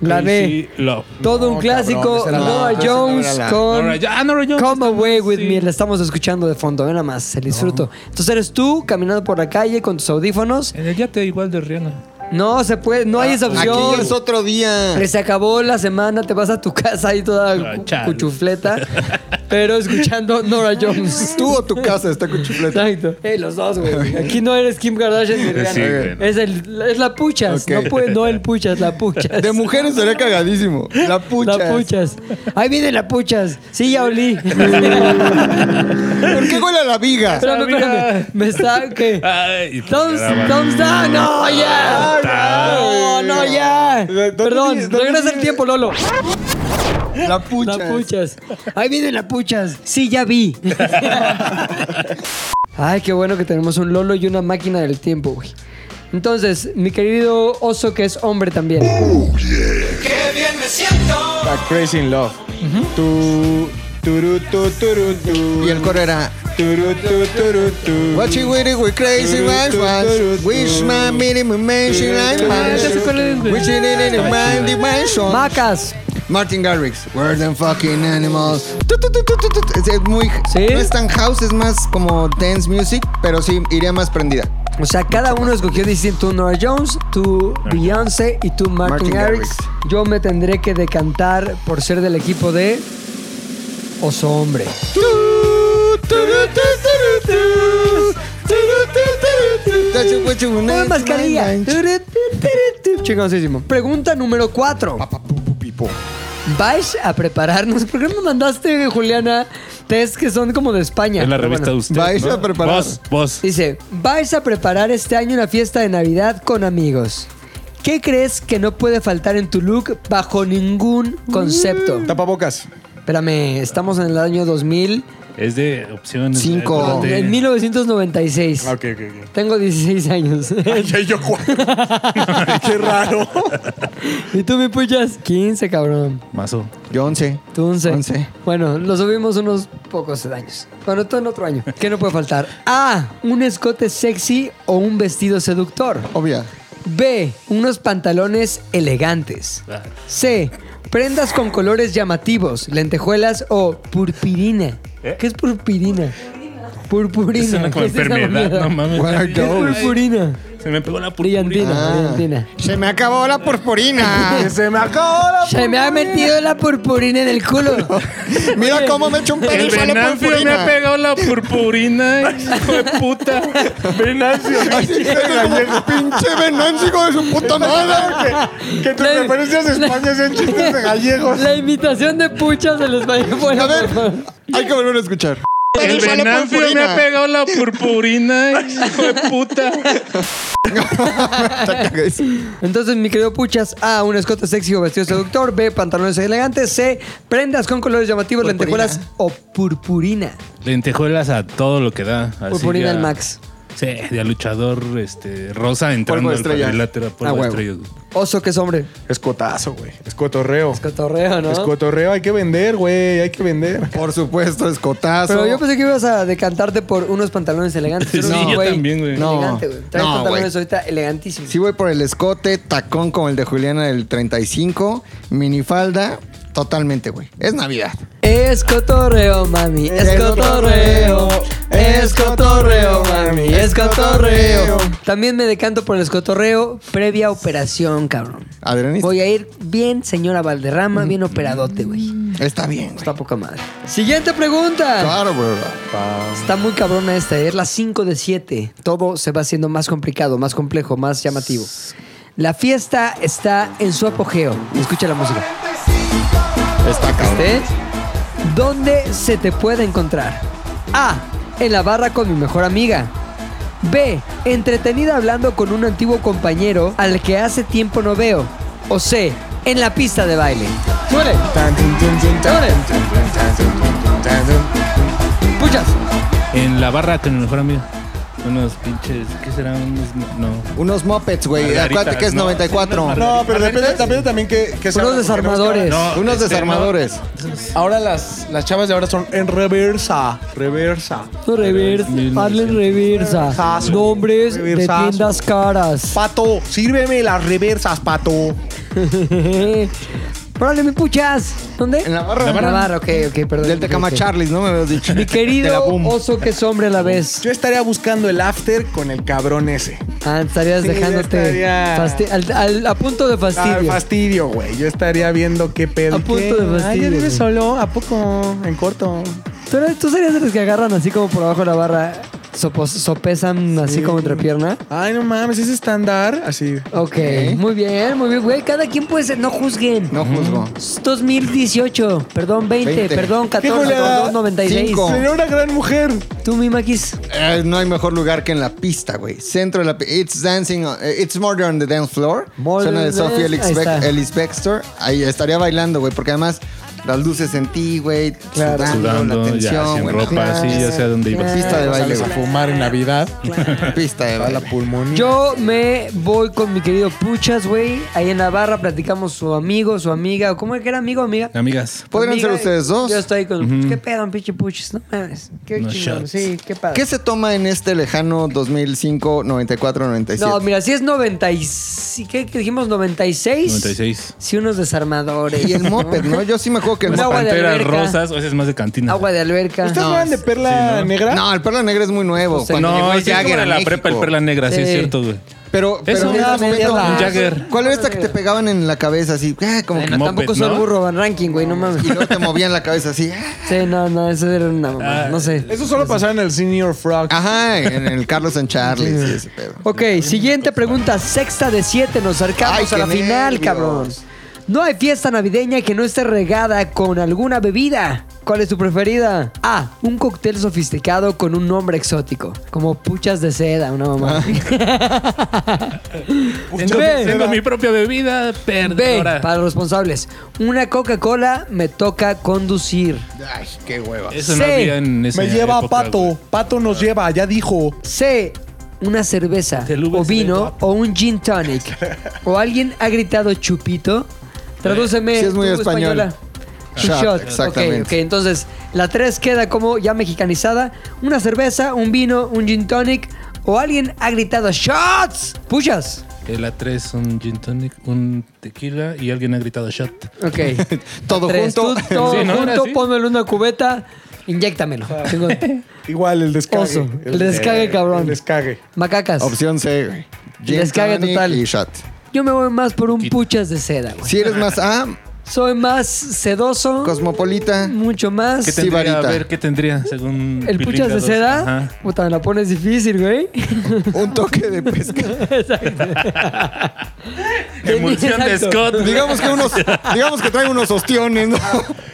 La
Crazy Love.
Todo un
No,
clásico,
cabrón, esa era la-
Noah
esa era
Jones
la-
con
Nora- ah, Nora Jones,
Come
está
Away
bien,
With
sí.
Me. La estamos escuchando de fondo, ve nada más, se disfruto. Entonces eres tú caminando por la calle con tus audífonos.
En el yate igual de Rihanna.
No se puede, no hay esa opción.
Aquí es otro día.
Se acabó la semana, te vas a tu casa ahí toda
Ah,
cu-
chale.
cuchufleta, pero escuchando Nora Jones.
Tú o tu casa está con chufleta.
Exacto. Eh, los dos, güey. Aquí no eres Kim Kardashian ni Rihanna.
Sí, güey, no.
es, el, es la puchas.
Ok.
No, puede, no el puchas, la puchas.
De mujeres sería cagadísimo. La pucha.
La puchas. Ahí viene la puchas. Sí, ya olí.
¿Por qué huele a la viga?
espérame, espérame. Me está. ¿Qué?
Ay, y pues, te
Thumbs,
graba.
thumbs down. No, ya. No, no, ya.
¿Dónde
Perdón,
dice- dónde
regresa el
dice-
tiempo, Lolo.
La pucha.
La puchas. Ahí viene la puchas. Sí, ya vi. Ay, qué bueno que tenemos un Lolo y una máquina del tiempo, güey. Entonces, mi querido oso que es hombre también.
A Crazy in Love. Tu, turu, tu, turu, tu.
Y el coro era
Turu, tu, turu, tu.
What you with it, we crazy man was Wish my minimum mansion like
Ah,
mine Wish it in a man dimension
Macas.
Martin Garrix We're them fucking animals Tu, tu, tu, tu, tu, tu. Es, es muy
¿Sí?
No es tan house, es más como dance music Pero sí, iría más prendida
O sea, cada uno escogió distinto. Tú Nora Jones, tú Beyoncé y tú Martin,
Martin
Garrix. Yo me tendré que decantar por ser del equipo de Oso Hombre. Una mascarilla. Chingoncísimo. Pregunta número 4. ¿Vais a prepararnos? ¿Por qué no mandaste, Juliana, test que son como de España?
En la
Pero
revista
bueno.
de usted.
¿vais
¿no?
a preparar?
Vos, vos.
Dice, vais a preparar este año una fiesta de Navidad con amigos. ¿Qué crees que no puede faltar en tu look bajo ningún
Mm.
concepto?
Tapabocas.
Espérame, estamos en el año 2000,
Es de opciones.
Cinco.
acuérdate.
en 1996.
Ah, Ok, ok, ok.
Tengo 16 años.
Ya yo cuatro. Qué raro.
¿Y tú, mi puchas? 15, cabrón.
Mazo.
Yo 11.
Tú 11.
Once.
Bueno, lo subimos unos pocos años. Bueno, todo en otro año. ¿Qué no puede faltar? A. Un escote sexy o un vestido seductor.
Obvia.
B. Unos pantalones elegantes.
Ah,
C. Prendas con colores llamativos, lentejuelas o purpurina.
¿Eh?
¿Qué es purpurina? Purpurina.
Suena como
¿Qué es esa
enfermedad.
mamada?
No mames.
What are
¿Qué es
those?
purpurina?
Se me pegó la purpurina.
Brillantina,
Ah.
brillantina.
Se me acabó la purpurina.
Se me acabó
Ah,
la
Se me ha metido la purpurina en el culo.
Mira cómo me echo un pedo
El
y sale
Venancio me ha
purpurina.
pegado la purpurina, hijo de puta. Venancio.
Pinche Venancio, hijo de su puta madre.
Que tus
La-
referencias a España sean chistes de gallegos.
La imitación de puchas del español. Bueno,
A ver.
por favor.
Hay que volver a escuchar.
El
Sale
Venancio me
purpurina.
ha pegado la purpurina, hijo de puta.
Entonces, mi querido Puchas, A, un escote sexy o vestido seductor, B, pantalones elegantes, C, prendas con colores llamativos,
Purpurina.
lentejuelas o purpurina.
Lentejuelas a todo lo que da. así
Purpurina
ya-
al max.
Sí, de a luchador este, rosa entrando
de
al
estrellas.
cuadrilátero. Polvo
Ah,
de
huevo.
estrellas.
Oso que es hombre.
Escotazo, güey. Escotorreo.
Cotorreo, ¿no?
Escotorreo, hay que vender, güey. Hay que vender.
Por supuesto, escotazo.
Pero yo pensé que ibas a decantarte por unos pantalones elegantes.
Sí,
Eres un
yo también, güey.
No.
Elegante, güey. Traes
No,
pantalones ahorita elegantísimos.
Sí voy por el escote, tacón como el de Juliana del 35, minifalda, totalmente, güey. Es Navidad.
Es cotorreo, mami. Es
Es
cotorreo.
cotorreo.
Es cotorreo, mami. Es
Es cotorreo.
cotorreo. También me decanto por el escotorreo previa operación, cabrón.
Adrián,
Voy a ir bien, señora Valderrama, bien operadote, güey.
está bien, güey.
Está poca madre. Siguiente pregunta.
Claro, bro.
Está muy cabrona esta, ¿eh? es la 5 de 7. Todo se va haciendo más complicado, más complejo, más llamativo. La fiesta está en su apogeo. Escucha la música.
Está cabrón.
¿Este? ¿Dónde se te puede encontrar? A. En la barra con mi mejor amiga. B. Entretenida hablando con un antiguo compañero al que hace tiempo no veo. O C. En la pista de baile. ¡Suele! ¡Suele! ¡Puchas!
En la barra con mi mejor amigo. Unos pinches, ¿qué será? Unos, no.
Unos mopeds, güey.
Margaritas,
Acuérdate que es
no,
94.
sí,
No, pero depende, depende también que, que
Unos desarmadores.
Unos desarmadores.
Ahora las, las chavas de ahora son en reversa. Reversa.
Reversa, hazle reversa.
Reversazo.
Nombres de
Reversazo.
tiendas caras.
Pato, sírveme las reversas, pato.
Órale, mi puchas. ¿Dónde?
En la barra.
En la barra, ok, ok, perdón.
Del Tecama
Ok.
Charlies, ¿no? Me habías dicho.
Mi
De la
querido
boom.
oso que es hombre a la vez.
Yo estaría buscando el after con el cabrón ese.
Ah, estarías
Sí,
dejándote
yo estaría-
fasti- al- al- a punto de
Ah,
fastidio.
fastidio, güey. Yo estaría viendo qué pedo.
A
¿Qué?
punto de
Ay,
fastidio,
ya
güey.
vives solo. ¿A poco? En corto.
¿Tú, eres- tú serías de los que agarran así como por abajo de la barra, sopos- sopesan así como entre pierna.
Ay, no mames, es estándar. Así.
Ok, muy bien, muy bien, güey. Cada quien puede ser. No juzguen.
No juzgo.
Es 2018, perdón, 20,
20.
perdón, 14,
Híjole,
perdón, 96.
cinco.
Sería una gran mujer.
Tú, mi Maquis.
Eh, no hay mejor lugar que en la pista, güey. Centro de la pista. It's dancing. on- eh, It's murder on the dance floor.
Murder
Zona de
on the dance-
Sophie Ellis,
ahí
Beck-
está.
Ellis Baxter. Ahí estaría bailando, güey, porque además las luces en ti, güey.
Claro.
Sudando,
Sudando,
la
ya,
tensión,
sin
güey.
ropa, así, ya sé a dónde ibas.
Pista de baile,
Sales a
güey.
fumar en Navidad.
Pista de
A la
baile.
pulmonía.
Yo me voy con mi querido Puchas, güey. Ahí en la barra platicamos su amigo, su amiga. ¿Cómo era que era amigo o amiga?
Amigas.
Podrían
Amiga,
ser ustedes dos.
Yo estoy con. pues, ¿Qué pedo, un pinche puchis? No mames. Qué
No
chingón.
shots.
Sí, qué padre.
¿Qué se toma en este lejano 2005, 94, 97?
no, mira, si es 90. Y... ¿Qué qué dijimos? 96.
96.
Sí, unos desarmadores.
y el moped, ¿no? Yo sí me acuerdo que el
Una
moped.
agua de
Panteras
alberca.
rosas, o ese es más de cantina.
Agua de alberca.
¿Ustedes
No,
no, de Perla Negra?
No, el Perla Negra es muy nuevo.
Pues,
Cuando
no,
llegó
ese es
Jagger
como
a
la
México.
prepa, el perla negra, sí,
Sí.
es cierto, güey.
Pero, pero
Eso,
en ese
una
momento-
mierda.
Un Jagger.
¿Cuál era esta que te pegaban en la cabeza así? eh, como que-
Bueno,
Moped,
tampoco soy
¿no?
burro van ranking, güey, no mames.
y luego te movían la cabeza así. eh.
Sí, no, no, eso era una mamá,
Ah,
no sé.
Eso solo pasaba en el Senior Frog.
Ajá, en el Carlos and Charlie. sí, ese pedo.
Ok, siguiente pregunta, sexta de siete, nos
Ay,
acercamos
qué
a la final,
nervios.
cabrón. No hay fiesta navideña que no esté regada con alguna bebida. ¿Cuál es tu preferida? A. Un cóctel sofisticado con un nombre exótico. Como puchas de seda, una mamá.
Ah.
Entonces, tengo mi propia bebida,
B.
perdona.
Para los responsables. Una Coca-Cola me toca conducir.
Ay, qué hueva.
Eso
Sí.
no había en esa
Me lleva
época,
Pato.
güey.
Pato nos lleva, ya dijo.
C. Una cerveza
Del Uber
o vino
Select.
o un gin tonic. o alguien ha gritado chupito. Tradúceme.
Sí, es muy
tú,
español.
Un
Shot,
Shot,
exactamente.
Ok, ok, entonces la 3 queda como ya mexicanizada. Una cerveza, un vino, un gin tonic o alguien ha gritado shots. Puchas.
El A3, un gin tonic, un tequila y alguien ha gritado shot.
Ok.
Todo
Tres,
junto.
tú, todo
Sí, ¿no? Era
junto,
así.
pónmelo en una cubeta, inyéctamelo. Chingón.
Igual el descague.
Oso. El descague, cabrón.
El descague.
Macacas.
Opción C, güey. Gin
Descarga
tonic
total.
Y shot.
Yo me voy más por un puchas de seda, güey.
Si eres más A,
Soy más sedoso,
cosmopolita.
mucho más.
¿Qué
Sí,
tendría?
varita.
a ver, ¿qué tendría según
El
Pilinga
puchas de
2?
seda,
Ajá.
puta, me la pones difícil, güey.
Un toque de pesca.
Emulsión de
Exacto.
Scott. güey.
digamos que unos, digamos que trae unos ostiones, ¿no?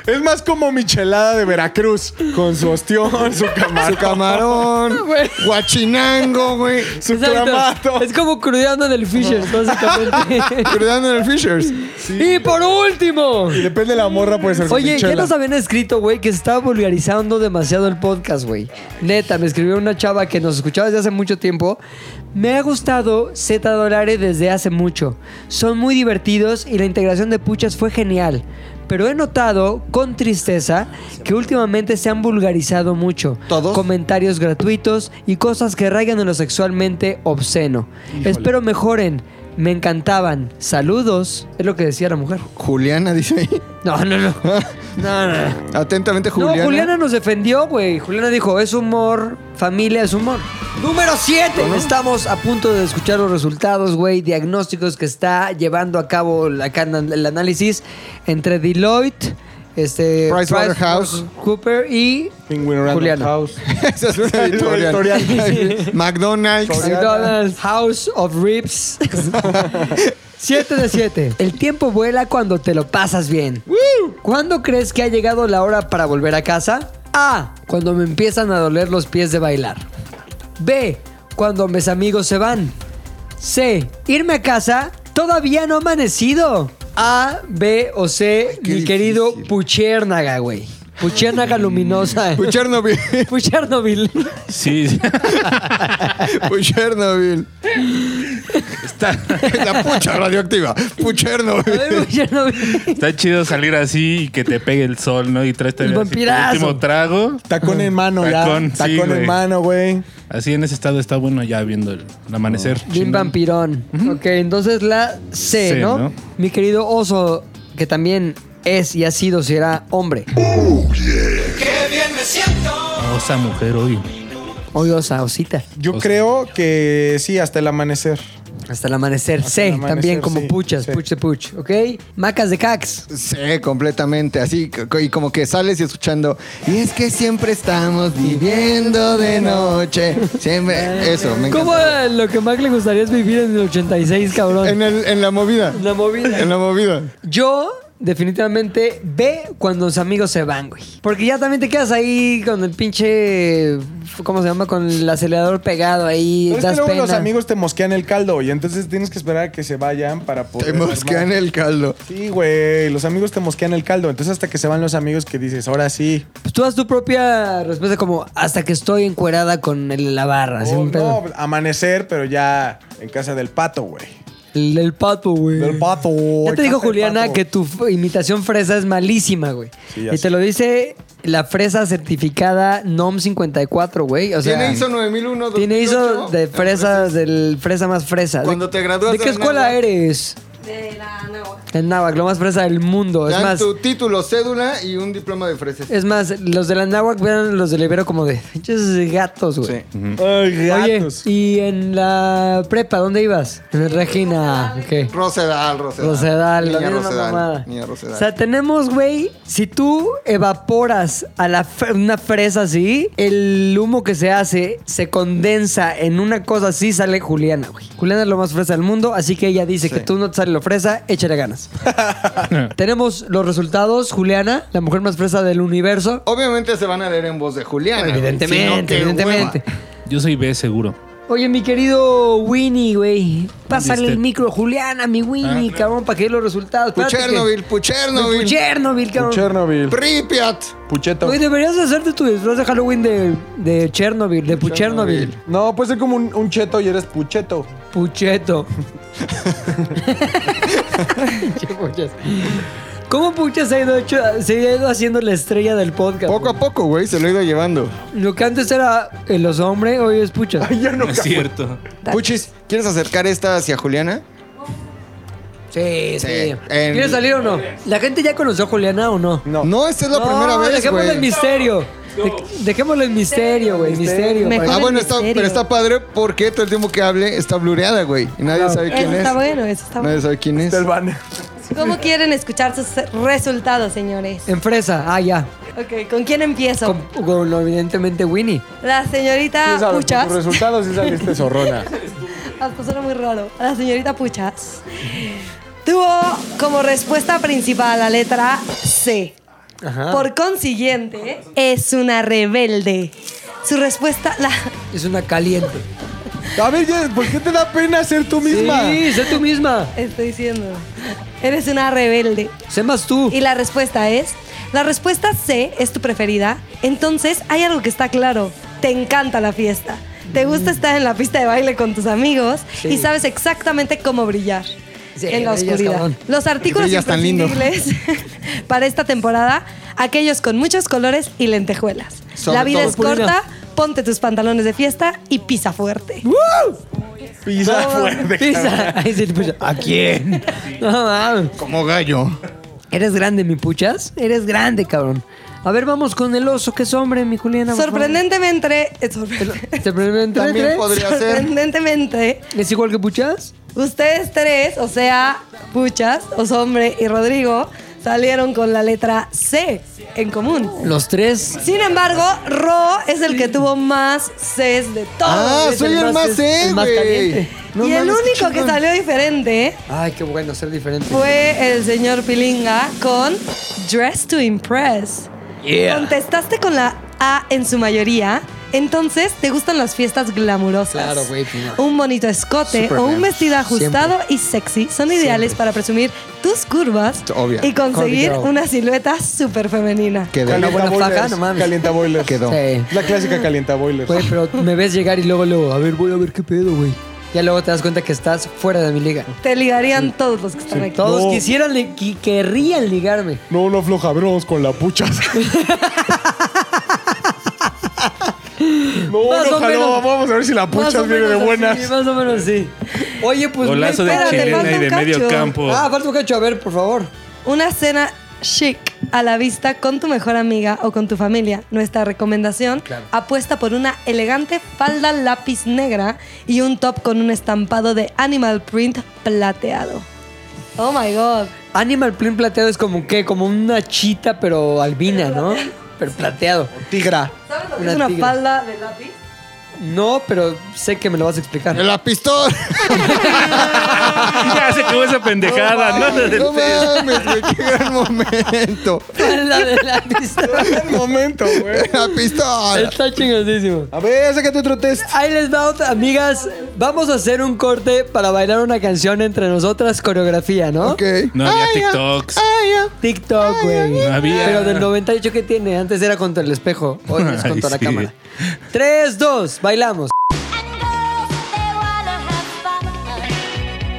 Es más como michelada de Veracruz. Con su ostión, su
Su
camarón.
camarón,
Güey.
guachinango, güey.
Su
Ah, Exacto.
clamato.
Es como crudeando en el Fishers, básicamente.
Cuidando en el Fishers.
y por último.
Y depende de la morra, puede ser con
Oye, ya
michela.
nos habían escrito, güey, que se estaba vulgarizando demasiado el podcast, güey. Neta, me escribió una chava que nos escuchaba desde hace mucho tiempo. Me ha gustado Z Dolare desde hace mucho. Son muy divertidos y la integración de puchas fue genial. Pero he notado, con tristeza, que últimamente se han vulgarizado mucho.
¿Todos?
Comentarios gratuitos y cosas que raigan en lo sexualmente obsceno. Espero mejoren. Me encantaban. Saludos. Es lo que decía la mujer.
Juliana dice ahí. Ah,
No, no, no. No, no, no.
Atentamente, Juliana.
No, Juliana nos defendió, güey. Juliana dijo, es humor, familia es humor. Número 7. Estamos a punto de escuchar los resultados, güey, diagnósticos que está llevando a cabo la can- el análisis entre Deloitte, este,
Pricewaterhouse.
Cooper y
Penguin Random
Juliana.
House.
Esa es una
Editorial.
editorial. McDonald's.
McDonald's, House of Rips. 7 de 7. El tiempo vuela cuando te lo pasas bien. ¿Cuándo crees que ha llegado la hora para volver a casa? A. Cuando me empiezan a doler los pies de bailar. B. Cuando mis amigos se van. C. Irme a casa. Todavía no ha amanecido. A, B o C, mi
qué
querido
difícil.
Puchernaga, güey. Puchernaga luminosa.
Chernobyl.
Puchernobyl.
Sí, sí.
Chernobyl. Está. La pucha radioactiva.
A
Puchernobyl.
ver, Puchernobyl.
está chido salir así y que te pegue el sol, ¿no? Y traes
El
también así tu
vampirazo.
último trago.
Tacón en mano, ya.
Tacón, sí,
Tacón en
güey.
mano, güey.
Así en ese estado está bueno ya viendo el, el amanecer.
Bien vampirón. Ok, entonces la C,
C,
¿no?
¿no?
Mi querido oso, que también es y ha sido, será hombre.
Osa mujer hoy.
Hoy osa, osita.
Yo creo que sí, hasta el amanecer.
Hasta el amanecer.
Hasta
C,
el amanecer,
también como
sí,
puchas,
sí.
puch de puch, ¿ok? Macas de cax.
Sí, completamente. Así, co- y como que sales y escuchando. Y es que siempre estamos viviendo de noche. Siempre. Eso, me
¿Cómo
encanta.
eh, lo que más le gustaría es vivir en el 86, cabrón?
En, el- en la movida.
La movida.
En la movida.
Yo, definitivamente, ve cuando los amigos se van, güey. Porque ya también te quedas ahí con el pinche. ¿Cómo se llama? Con el acelerador pegado ahí.
Pero es que
das
luego
pena.
los amigos te mosquean el caldo y entonces tienes que esperar a que se vayan para poder.
Te mosquean
armar.
el caldo.
Sí, güey. Los amigos te mosquean el caldo. Entonces hasta que se van los amigos que dices, ahora sí.
Pues tú haz tu propia respuesta como hasta que estoy encuerada con el- la barra. así
O
un pedo.
Oh, no, amanecer, pero ya en casa del pato, güey.
El del pato, güey.
Del pato.
Ya te dijo Juliana que
tú
tu f- imitación fresa es malísima, güey.
Sí, ya
y te
sé.
lo dice la fresa certificada NOM 54, güey. O sea,
Tiene ISO 9001.
tiene ISO
2008.
de fresa, del fresa más fresa.
Cuando
¿De-
te gradúas
¿De qué
de
escuela
Anáhuac?
eres?
de la náhuatl.
En náhuatl, lo más fresa del mundo. Es
Dan
más,
tu título, cédula y un diploma de fresas.
es más, los de la náhuatl vean a los del Ibero como de pinches gatos, güey.
Sí.
Ay,
Oye,
gatos.
y en la prepa, ¿dónde ibas? En Regina, ok.
Rosedal, Rosedal.
Rosedal, la
Niña
misma
Rosedal.
mamada.
Niña Rosedal.
O sea, tenemos, güey, si tú evaporas a la fre- una fresa así, el humo que se hace se condensa en una cosa así, sale Juliana, güey. Juliana es lo más fresa del mundo, así que ella dice que tú no te sale lo fresa, échale ganas. tenemos los resultados, Juliana, la mujer más fresa del universo.
Obviamente se van a leer en voz de Julián.
Evidentemente, evidentemente.
Yo soy B, seguro.
Oye, mi querido Winnie, güey. Pásale el
¿Viste?
micro, Juliana, mi Winnie, cabrón, para que dé los resultados. Espérate que-
Puchernovil, Puchernovil,
Chernobyl, cabrón.
Chernobyl.
Pripyat.
Pucheto.
Güey, deberías hacerte tu disfraz de Halloween de, de Chernobyl, de Puchernobyl.
No, puede ser como un, un cheto y eres pucheto.
Pucheto. Che, puchas. ¿Cómo Puchas se ha, ido hecho- se ha ido haciendo la estrella del podcast?
Poco a poco, güey, se lo he ido llevando.
Lo que antes era eh, los hombres, hoy es Puchas.
Ya no
No es cierto.
Puchis, ¿quieres acercar esta hacia Juliana?
Sí, sí.
Sí. En-
¿Quieres salir o no? ¿La gente ya conoció a Juliana o no?
No.
No, esta es la
No,
primera vez,
Dejémoslo en
güey.
misterio. De- dejémoslo en misterio, güey. Misterio.
Mejor.
Ah,
en
bueno, está,
misterio.
pero está padre porque todo el tiempo que hable está blureada, güey. Y nadie sabe quién
Eso
es.
está bueno, eso está bueno.
Nadie sabe quién es.
Está el
Ah,
banner.
¿Cómo quieren escuchar sus resultados, señores?
En fresa. Ah, ya.
Ok, ¿con quién empiezo?
Con, con, evidentemente Winnie.
La
Sí
señorita
sabes,
Puchas.
por tus resultados sí saliste zorrona.
Hasta suena muy raro. A la señorita Puchas. Tuvo como respuesta principal la letra C. Por consiguiente, es una rebelde. Su respuesta, la,
Es una caliente.
A ver, Jess, ¿por qué te da pena ser tú misma?
Sí, sé tú misma.
estoy diciendo, eres una rebelde.
Sé más tú.
Y la respuesta es, la respuesta C es tu preferida. Entonces, hay algo que está claro. Te encanta la fiesta. Te gusta
Mm.
estar en la pista de baile con tus amigos
Sí.
y sabes exactamente cómo brillar.
Sí,
en la
brillas,
oscuridad.
cabrón.
Los artículos
Brillas tan lindo.
imprescindibles para esta temporada, aquellos con muchos colores y lentejuelas.
Sobre
la vida
todo,
es corta, ponte tus pantalones de fiesta y pisa fuerte.
Ah,
Pisa fuerte.
Pisa. Ahí sí, pucha. ¿A quién? No mames.
Como gallo.
Eres grande, mi puchas. Eres grande, cabrón. A ver, vamos con el oso, que es hombre, mi Juliana. por favor.
Sorprendentemente, eh, sorpre-
Sorprendente.
También podría ser.
sorprendentemente,
¿Es igual que puchas?
ustedes tres, o sea, Puchas, Osombre y Rodrigo, salieron con la letra C en común.
Los tres.
Sin embargo, Ro es el que tuvo más Cs de todos.
Ah,
es
soy
el
el
más-
más
el
C,
más
güey.
caliente.
No
y el
mames, qué
único que
chingón.
salió diferente
Ay, qué bueno ser diferente.
fue el señor Pilinga con Dress to Impress. Contestaste con la A en su mayoría. Entonces, ¿te gustan las fiestas glamurosas?
Claro, güey, pues Pina.
Un bonito escote
Súper
o un
glam.
vestido ajustado y sexy son ideales para presumir tus curvas
Obvio.
y conseguir
Curvy girl.
una silueta súper femenina.
Quedó.
Una buena
boilers.
faja, no mames.
Calienta boilers.
Quedó.
Sí.
La clásica calienta boilers.
Güey, pero me ves llegar y luego, luego, a ver, voy a ver qué pedo, güey. Ya luego te das cuenta que estás fuera de mi liga.
Te ligarían todos los que están aquí.
Todos
No.
quisieran, li- qui- querrían ligarme.
No, no afloja, a ver, vamos con la puchas. no,
Más o
no, jaló,
menos.
vamos a ver si la
Más o
puchas viene de
menos así,
buenas.
más o menos sí. Oye, pues.
Golazo
güey,
de
espérate,
chilena
falta
y
un
de medio
cacho.
campo.
Ah, falta un cacho, a ver, por favor.
Una cena chic a la vista con tu mejor amiga o con tu familia. Nuestra recomendación apuesta por una elegante falda lápiz negra y un top con un estampado de animal print plateado. Oh my god.
Animal Print plateado es como qué, como una chita, pero albina, ¿no? Pero plateado.
Tigra.
¿Sabes lo que
Una
es una
tigre.
falda de lápiz?
No, pero sé que me lo vas a explicar.
La pistola.
ya se acabó esa pendejada,
No
¿no?
mames, güey, qué gran momento.
La de la pista.
Un momento, güey.
La pistola.
Está chingoncísimo.
A ver, sácate otro test.
Ahí les va otra, amigas. Vamos a hacer un corte para bailar una canción entre nosotras, coreografía, ¿no?
Ok.
No había TikToks.
TikTok, güey.
No había.
Pero del 98 que tiene, antes era contra el espejo, hoy es
Ay,
contra la
sí.
cámara. 3, 2, bailamos.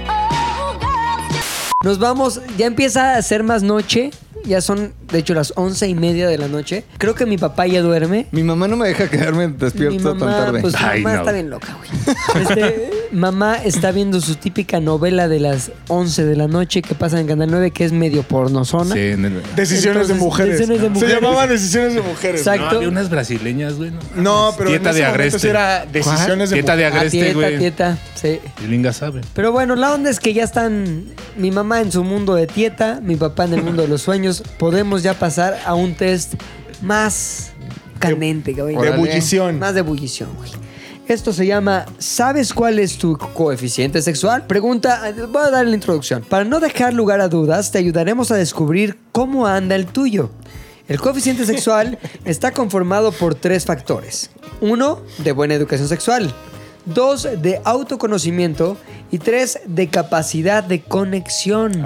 Oh,
Nos vamos, ya empieza a ser más noche, ya son, de hecho, las once y media de la noche. Creo que mi papá ya duerme.
Mi mamá no me deja quedarme despierto
Mi mamá,
tan tarde.
pues mi
Ay,
mamá
no.
está bien loca, güey. Este, mamá está viendo su típica novela de las 11 de la noche que pasa en Canal 9, que es medio pornozona.
Sí, en el...
Decisiones
Entonces,
de mujeres.
decisiones de mujeres.
Se llamaba decisiones de mujeres.
Exacto.
No, había unas brasileñas, güey.
No,
mames.
pero
Dieta
en
de
ese momento
agreste.
sí era decisiones de
Dieta de
mujeres.
Ah,
agreste,
tieta,
güey.
tieta, sí.
Y Linga sabe.
Pero bueno, la onda es que ya están mi mamá en su mundo de tieta, mi papá en el mundo de los sueños. Podemos ya pasar a un test más candente, cabrón.
De ebullición.
Más de ebullición, güey. Esto se llama ¿Sabes cuál es tu coeficiente sexual? Pregunta, voy a dar la introducción. Para no dejar lugar a dudas, te ayudaremos a descubrir cómo anda el tuyo. El coeficiente sexual está conformado por tres factores. Uno, de buena educación sexual. Dos, de autoconocimiento. Y tres, de capacidad de conexión.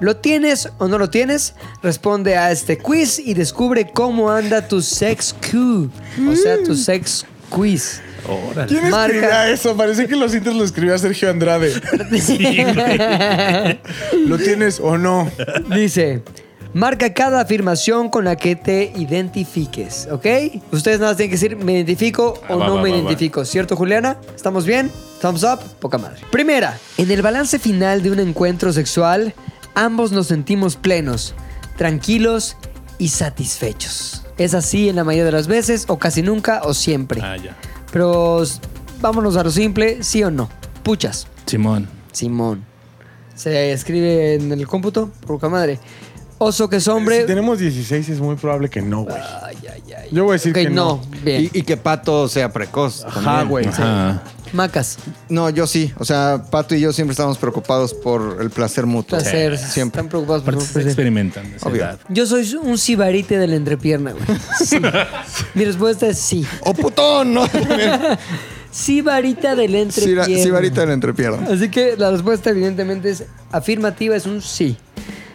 ¿Lo tienes o no lo tienes? Responde a este quiz y descubre cómo anda tu sex Q. O sea, tu sex quiz.
Órale.
¿Quién
Marca.
escribía eso? Parecía que los cintas lo escribía Sergio Andrade. ¿Lo tienes o no?
Dice, marca cada afirmación con la que te identifiques, ¿ok? Ustedes nada más tienen que decir, me identifico
Ah,
o
va,
no
va,
me
va, va.
identifico, ¿cierto Juliana? ¿Estamos bien? Thumbs up, poca madre. Primera, en el balance final de un encuentro sexual, ambos nos sentimos plenos, tranquilos y satisfechos. Es así en la mayoría de las veces, o casi nunca, o siempre.
Ah, ya.
Pero s- vámonos a lo simple, sí o no. Puchas.
Simón.
Simón. Se escribe en el cómputo, poca madre. Oso que es
Si
hombre.
tenemos 16 es muy probable que no, güey.
Ay, ay, ay.
Yo voy a decir
Ok,
que
no.
no.
Bien.
Y, y que Pato sea precoz.
Ajá,
también.
güey.
Ajá.
Macas.
No, yo sí. O sea, Pato y yo siempre estamos preocupados por el placer mutuo.
Placer.
Siempre.
Están preocupados por
Aparte
su
está
placer.
experimentando esa
Obvio.
edad.
Yo soy un cibarite de la entrepierna, güey. Sí. Mi respuesta es sí.
¡Oh, putón! ¿no?
Cibarita de la
Sí, la-
entrepierna.
sí, varita de la entrepierna.
Así que la respuesta evidentemente es afirmativa, es un sí.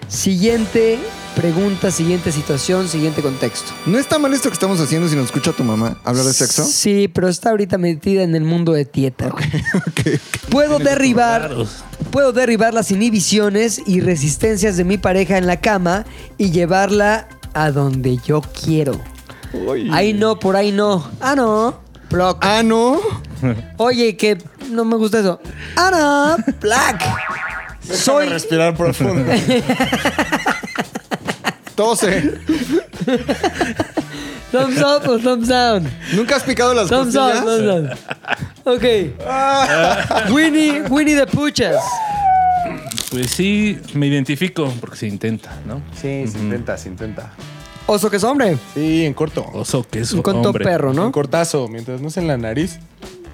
Siguiente pregunta, siguiente situación, siguiente contexto.
¿No está mal esto que estamos haciendo si nos escucha tu mamá hablar de sexo?
Sí, pero está ahorita metida en el mundo de tieta. güey. Puedo derribar, puedo derribar las inhibiciones y resistencias de mi pareja en la cama y llevarla a donde yo quiero. Ahí no, por ahí no. Ah, no. Block.
Ah, no.
Oye, que no me gusta eso. Ah, no. Black.
Soy... respirar profundo.
Tose.
Thumbs up o thumbs down.
¿Nunca has picado las
Thumbs up,
costillas?
thumbs down. Ok. Winnie, Winnie de Puchas.
Pues sí, me identifico porque se intenta, ¿no?
Sí, se intenta, se intenta.
Oso que es hombre.
Sí, en corto.
Oso que es
Un conto
hombre.
perro,
En
¿no?
cortazo, mientras no sea en la nariz.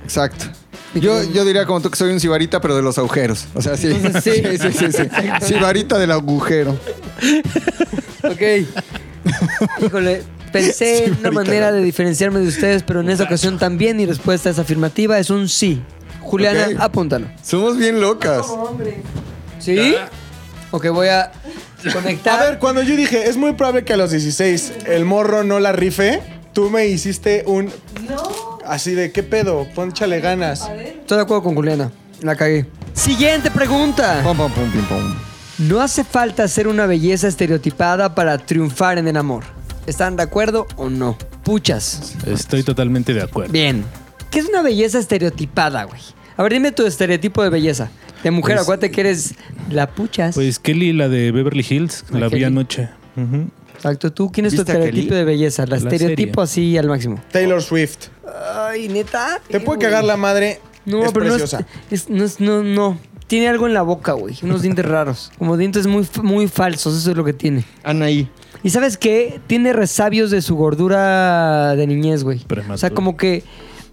Exacto. Yo, yo diría como tú que soy un sibarita, pero de los agujeros. O sea, sí.
Entonces, sí.
sí, sí, sí, sí. Sibarita del agujero.
Ok. Híjole, pensé en una manera de diferenciarme de ustedes, pero en esta ocasión también mi respuesta es afirmativa, es un sí. Juliana,
Ok.
apúntalo.
Somos bien locas.
¿Sí? Ok, voy a conectar.
A ver, cuando yo dije, es muy probable que a los 16 el morro no la rife, tú me hiciste un... Así de, ¿qué pedo? Pónchale ganas.
Estoy de acuerdo con Juliana. La cagué. Siguiente pregunta.
Pum, pum, pum, pim, pum.
No hace falta ser una belleza estereotipada para triunfar en el amor. ¿Están de acuerdo o no? Puchas.
Estoy totalmente de acuerdo.
Bien. ¿Qué es una belleza estereotipada, güey? A ver, dime tu estereotipo de belleza. De mujer,
Pues-
acuérdate que eres la puchas.
Pues Kelly, la de Beverly Hills, la vi
Kelly.
anoche. Ujú.
Exacto, tú, ¿quién es tu
¿Viste a
estereotipo
Kelly?
de belleza? La,
La
estereotipo así al máximo.
Taylor Swift.
Ay, neta.
Te puede cagar la madre.
No,
es
pero no es-
preciosa.
es- no, es- no, no. Tiene algo en la boca, güey. Unos dientes raros. Como dientes muy, f- muy falsos, eso es lo que tiene.
Anaí.
¿Y sabes qué? Tiene resabios de su gordura de niñez, güey.
Prematura.
O sea, como que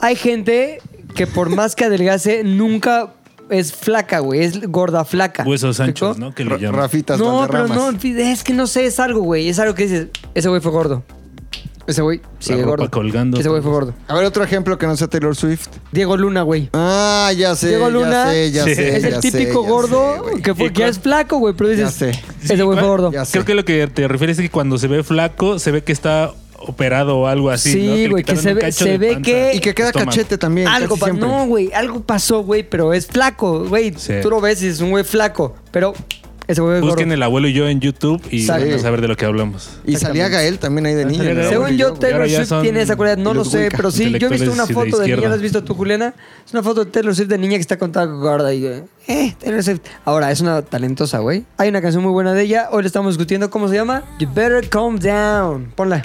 hay gente que por más que adelgase, nunca es flaca, güey. Es gorda flaca.
Huesos
¿Explicó?
anchos, ¿no? Que le
Ra-
llaman.
Rafitas
No, pero
Valderramas.
no, es que no sé, es algo, güey. Es algo que dices, ese güey fue gordo. Ese güey sigue
ropa
gordo.
colgando.
Ese güey fue gordo.
A ver, otro ejemplo que no sea Taylor Swift.
Diego Luna, güey.
Ah, ya sé.
Diego Luna
ya sé, ya
Sí.
sé,
es
ya
el
sé,
típico
ya sé,
gordo
güey.
que, fue,
Y
que ya
cuál-
es flaco, güey, pero dices,
sé.
ese güey fue gordo.
Ya sé.
Creo que lo que te refieres es que cuando se ve flaco, se ve que está operado o algo así.
Sí,
¿no? le
güey, que
quitaron
se
un
ve-
cacho
se
de
ve
panza.
que-
Y que queda
Estómago.
cachete también.
Algo
casi
pasó.
siempre.
No, güey, algo pasó, güey, pero es flaco, güey.
Sí.
Tú lo ves y es un güey flaco, pero Ese güey es gordo.
Busquen el abuelo y yo en YouTube y
Exacto.
van a saber de lo que hablamos.
Y salía Gael también ahí de niño.
salía
¿no?
Gael.
Según yo,
ahora
Taylor
ya
Swift
son
tiene esa cualidad. No lo
los
sé,
Wicca.
pero sí. Yo he visto una
Intelectuales
foto
de
de niña. ¿La
izquierda.
has visto tú, Juliana? Es una foto de Taylor Swift de niña que está contada gorda. Y, eh, eh, Taylor Swift. Ahora, es una talentosa, güey. Hay una canción muy buena de ella. Hoy la estamos discutiendo. ¿Cómo se llama? You Better Calm Down. Ponla.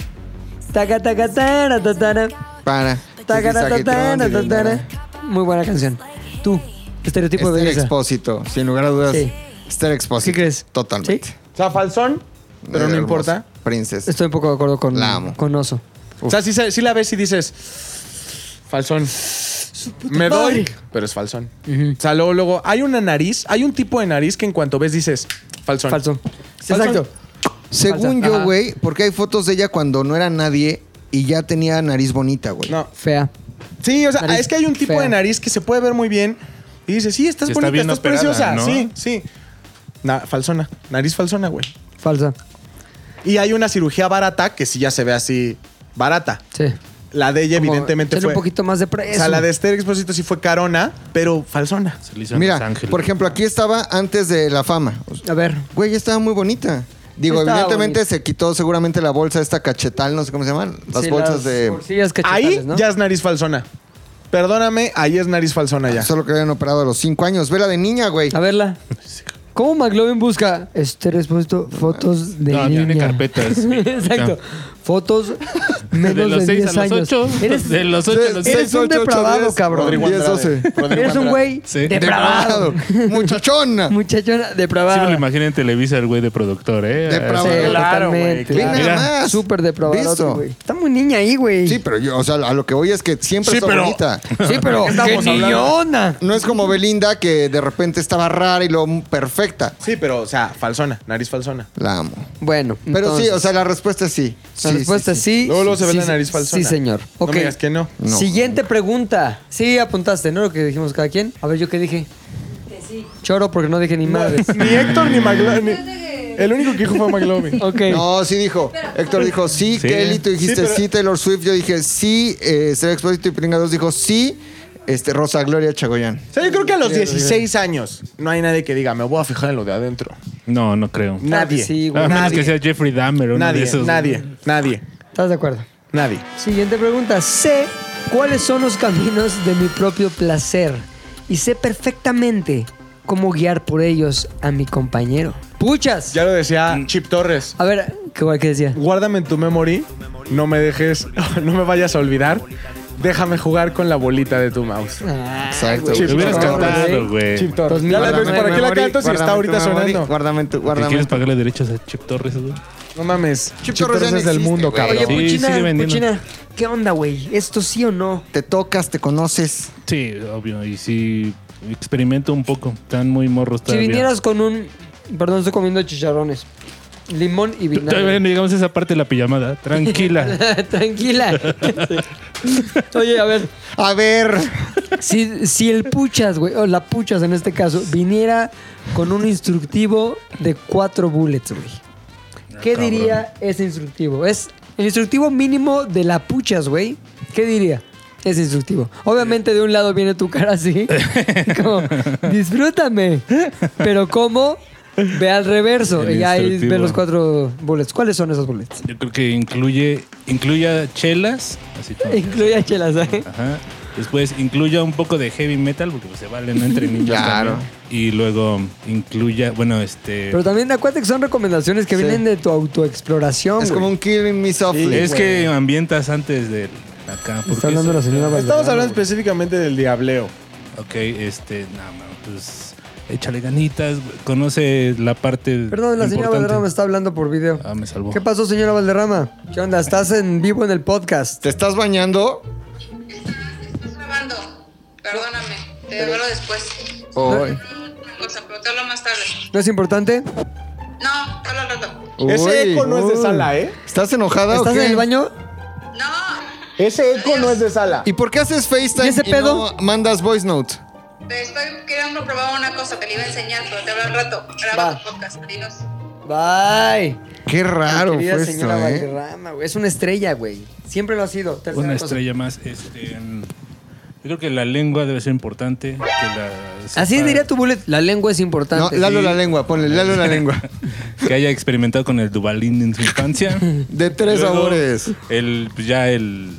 Taca, taca, tara, tatara.
Para.
Taca,
Saquitón,
taca, tara,
Silvia
tatara.
Lara.
Muy buena canción. Tú, estereotipo de
Esther
belleza.
Expósito, sin lugar a dudas.
Sí.
Esther Expósito.
¿Qué crees?
Totalmente.
¿Sí?
O sea, falsón, pero
Era
no
hermosa.
importa.
Princesa.
Estoy un poco de acuerdo con,
La amo.
con Oso.
O sea, si, la ves y dices, falsón. Me doy, pero es falsón. O sea, luego, luego, hay una nariz, hay un tipo de nariz que en cuanto ves dices, falsón.
Falso. Exacto.
Según
Falsa.
yo,
Ajá.
güey, porque hay fotos de ella cuando no era nadie y ya tenía nariz bonita, güey.
No.
Fea.
Sí, o sea,
Nariz
es que hay un tipo
fea.
de nariz que se puede ver muy bien y dices, sí, estás
Sí, está
bonita,
bien
estás
operada,
preciosa.
¿no?
Sí, sí. Na- falsona, nariz falsona, güey.
Falsa.
Y hay una cirugía barata que sí ya se ve así barata.
Sí.
La de ella,
Como
evidentemente,
tener
fue.
un poquito más de precio.
o sea, la de Esther Expósito sí fue carona, pero falsona.
Se le hizo en Los
Mira,
Ángeles.
por ejemplo, aquí estaba antes de la fama.
A ver.
Güey, ya estaba muy bonita. Digo,
Estaba
evidentemente
bonita.
se quitó seguramente la bolsa esta cachetal, no sé cómo se llaman. Las
sí,
bolsas de...
bolsillas cachetales,
Ahí
¿no?
ya es nariz falsona. Perdóname, ahí es nariz falsona ya.
Solo que habían operado a los 5 años. Vela de niña, güey.
A verla. ¿Cómo McLovin busca? Este respuesto, fotos de
No,
niña.
tiene carpetas.
Exacto. Fotos menos de
De los 6
10
a los
años.
8.
Eres,
De los 8 a los
eres
6.
Seis,
un
ocho, ocho,
depravado,
diez.
cabrón.
Rodrigo
Diez,
Andrade.
doce.
Rodrigo
eres un
Andrade.
güey
Sí.
depravado.
Muchachona.
Muchachona
Sí me
depravada.
lo imagino en Televisa el güey de productor, ¿eh?
Depravado.
Sí.
imagino.
claro, güey.
claro. Ve nada más.
Súper depravado,
Visto.
güey. Está muy niña ahí, güey.
Sí, pero yo, o sea, a lo que voy es que siempre
Sí,
está
pero-
bonita.
Sí, pero qué niñona.
No es como Belinda que de repente estaba rara y lo perfecta.
Sí, pero, o sea, falsona, nariz falsona.
La amo.
Bueno,
Pero
entonces,
sí, o sea, la respuesta es sí.
la
Sí,
respuesta es sí.
Luego, luego se ve
sí,
la nariz
sí,
falsona.
Sí, señor.
No
Ok.
me digas que no.
No.
Siguiente pregunta. Sí, apuntaste, ¿no? Lo que dijimos cada quien. A ver, ¿yo qué dije? Choro porque no dije ni madres.
Ni Héctor ni McLovin. El único que dijo fue McLovin.
ok.
No, sí dijo. Héctor dijo sí,
Sí.
Kelly, tú dijiste sí,
Sí, pero-
Taylor Swift, yo dije sí, eh, Ser Expósito y Pringa 2 dijo sí, este, Rosa Gloria Chagoyán.
O sea, yo creo que a los 16 años no hay nadie que diga, me voy a fijar en lo de adentro.
No, no creo.
Nadie.
Sí, güey.
A menos
Nadie.
que sea Jeffrey Dahmer o uno de
Nadie,
esos.
nadie, nadie,
¿Estás de acuerdo?
nadie.
Siguiente pregunta. Sé cuáles son los caminos de mi propio placer y sé perfectamente cómo guiar por ellos a mi compañero. ¡Puchas!
Ya lo decía Chip Torres.
A ver, ¿qué guay que decía?
Guárdame en tu memory, no me dejes, no me vayas a olvidar. Déjame jugar con la bolita de tu mouse.
Exacto.
Chip
Te hubieras
Torres.
cantado, güey.
Chip Torres.
Dos
Ya la
mil-
ves, ¿Para qué la canto si está ahorita sonando?
Guárdame tu,
¿Te
guárdame
quieres
tu-
pagarle derechos a Chip Torres, güey?
No mames. Chip
Torres
Torres
ya no
es del
existe,
mundo,
güey.
cabrón.
Oye,
Sí,
Puchina,
sigue vendiendo.
Puchina, ¿qué onda, güey? ¿Esto sí o no?
Te tocas, te conoces.
Sí, obvio. Y sí, experimento un poco. Están muy morros
Si
todavía.
vinieras con un... Perdón, estoy comiendo chicharrones. Limón y
Todavía
vinagre.
no llegamos a esa parte de la pijamada. Tranquila.
Tranquila. Oye, a ver,
A ver.
si, si el puchas, güey, o la puchas en este caso, viniera con un instructivo de cuatro bullets, güey. ¿Qué
Ah, cabrón.
diría ese instructivo? Es el instructivo mínimo de la puchas, güey. ¿Qué diría? ese instructivo. Obviamente de un lado viene tu cara así, como disfrútame, pero ¿cómo? Ve al reverso
El
y ahí
instructivo.
ve los cuatro bullets. ¿Cuáles son esos bullets?
Yo creo que incluye, incluya chelas. Así como-
Incluye a Chelas, ¿eh?
Ajá. Después incluya un poco de heavy metal, porque pues, se vale, no entre niños.
Claro.
también. Y luego incluya, bueno, este.
Pero también acuérdate que son recomendaciones que vienen de tu autoexploración.
Es
güey.
como un killing me softly.
es que ambientas antes de acá.
Está
porque
hablando
eso-
la señora
Estamos
Valderrama,
hablando
güey.
específicamente del diableo.
Ok, este, nada más, pues échale ganitas, güey. conoce la parte.
Perdón, la señora
importante.
Valderrama está hablando por video.
Ah, me salvó.
¿Qué pasó, señora Valderrama? ¿Qué onda? Estás en vivo en el podcast.
¿Te estás bañando?
Estás grabando. Perdóname. Te devuelvo después.
Hoy.
Una cosa, pero te hablo más tarde.
¿No es importante?
No, te hablo al rato.
Uy.
Ese eco no es de sala, ¿eh?
¿Estás enojada o
¿Estás
qué?
en el baño?
No,
Ese eco no es de sala.
¿Y por qué haces FaceTime
¿Y ese pedo?
no mandas voice note?
te estoy queriendo probar una cosa que le iba a enseñar, pero te hablo al rato. Graba
Va.
tu podcast. Adiós.
Bye.
Qué
Ah,
raro
Mi querida
fue esto,
señora
¿eh?
Valderrama, güey. Es una estrella, güey. Siempre lo ha sido. Tercera
Una
cosa.
estrella más, este. en- creo que la lengua debe ser importante. que la sepa-
Así diría tu bullet, la lengua es importante.
No, Lalo la
lengua, ponle, Lalo la lengua.
que haya experimentado con el Dubalín en su infancia.
De tres
Luego,
sabores.
El, pues ya el,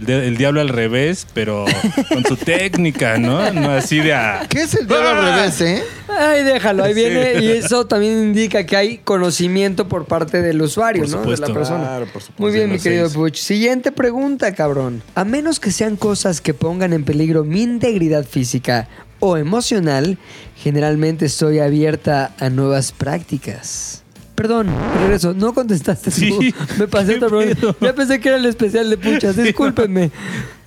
el, de- el diablo al revés, pero con su técnica, ¿no? No así de a...
¿Qué es el diablo al revés, eh?
Ay, déjalo, ahí
Sí.
viene. Y eso también indica que hay conocimiento por parte del usuario,
Por
¿no?
supuesto.
De la persona.
Claro, por supuesto.
Muy bien,
Sí,
mi
no
querido
sé.
Puch. Siguiente pregunta, cabrón. A menos que sean cosas que pongan en peligro mi integridad física o emocional, generalmente estoy abierta a nuevas prácticas. Perdón, regreso, no contestaste tú.
Sí,
Me pasé
qué
otra pregunta.
pedo.
Ya pensé que era el especial de Puchas, discúlpenme.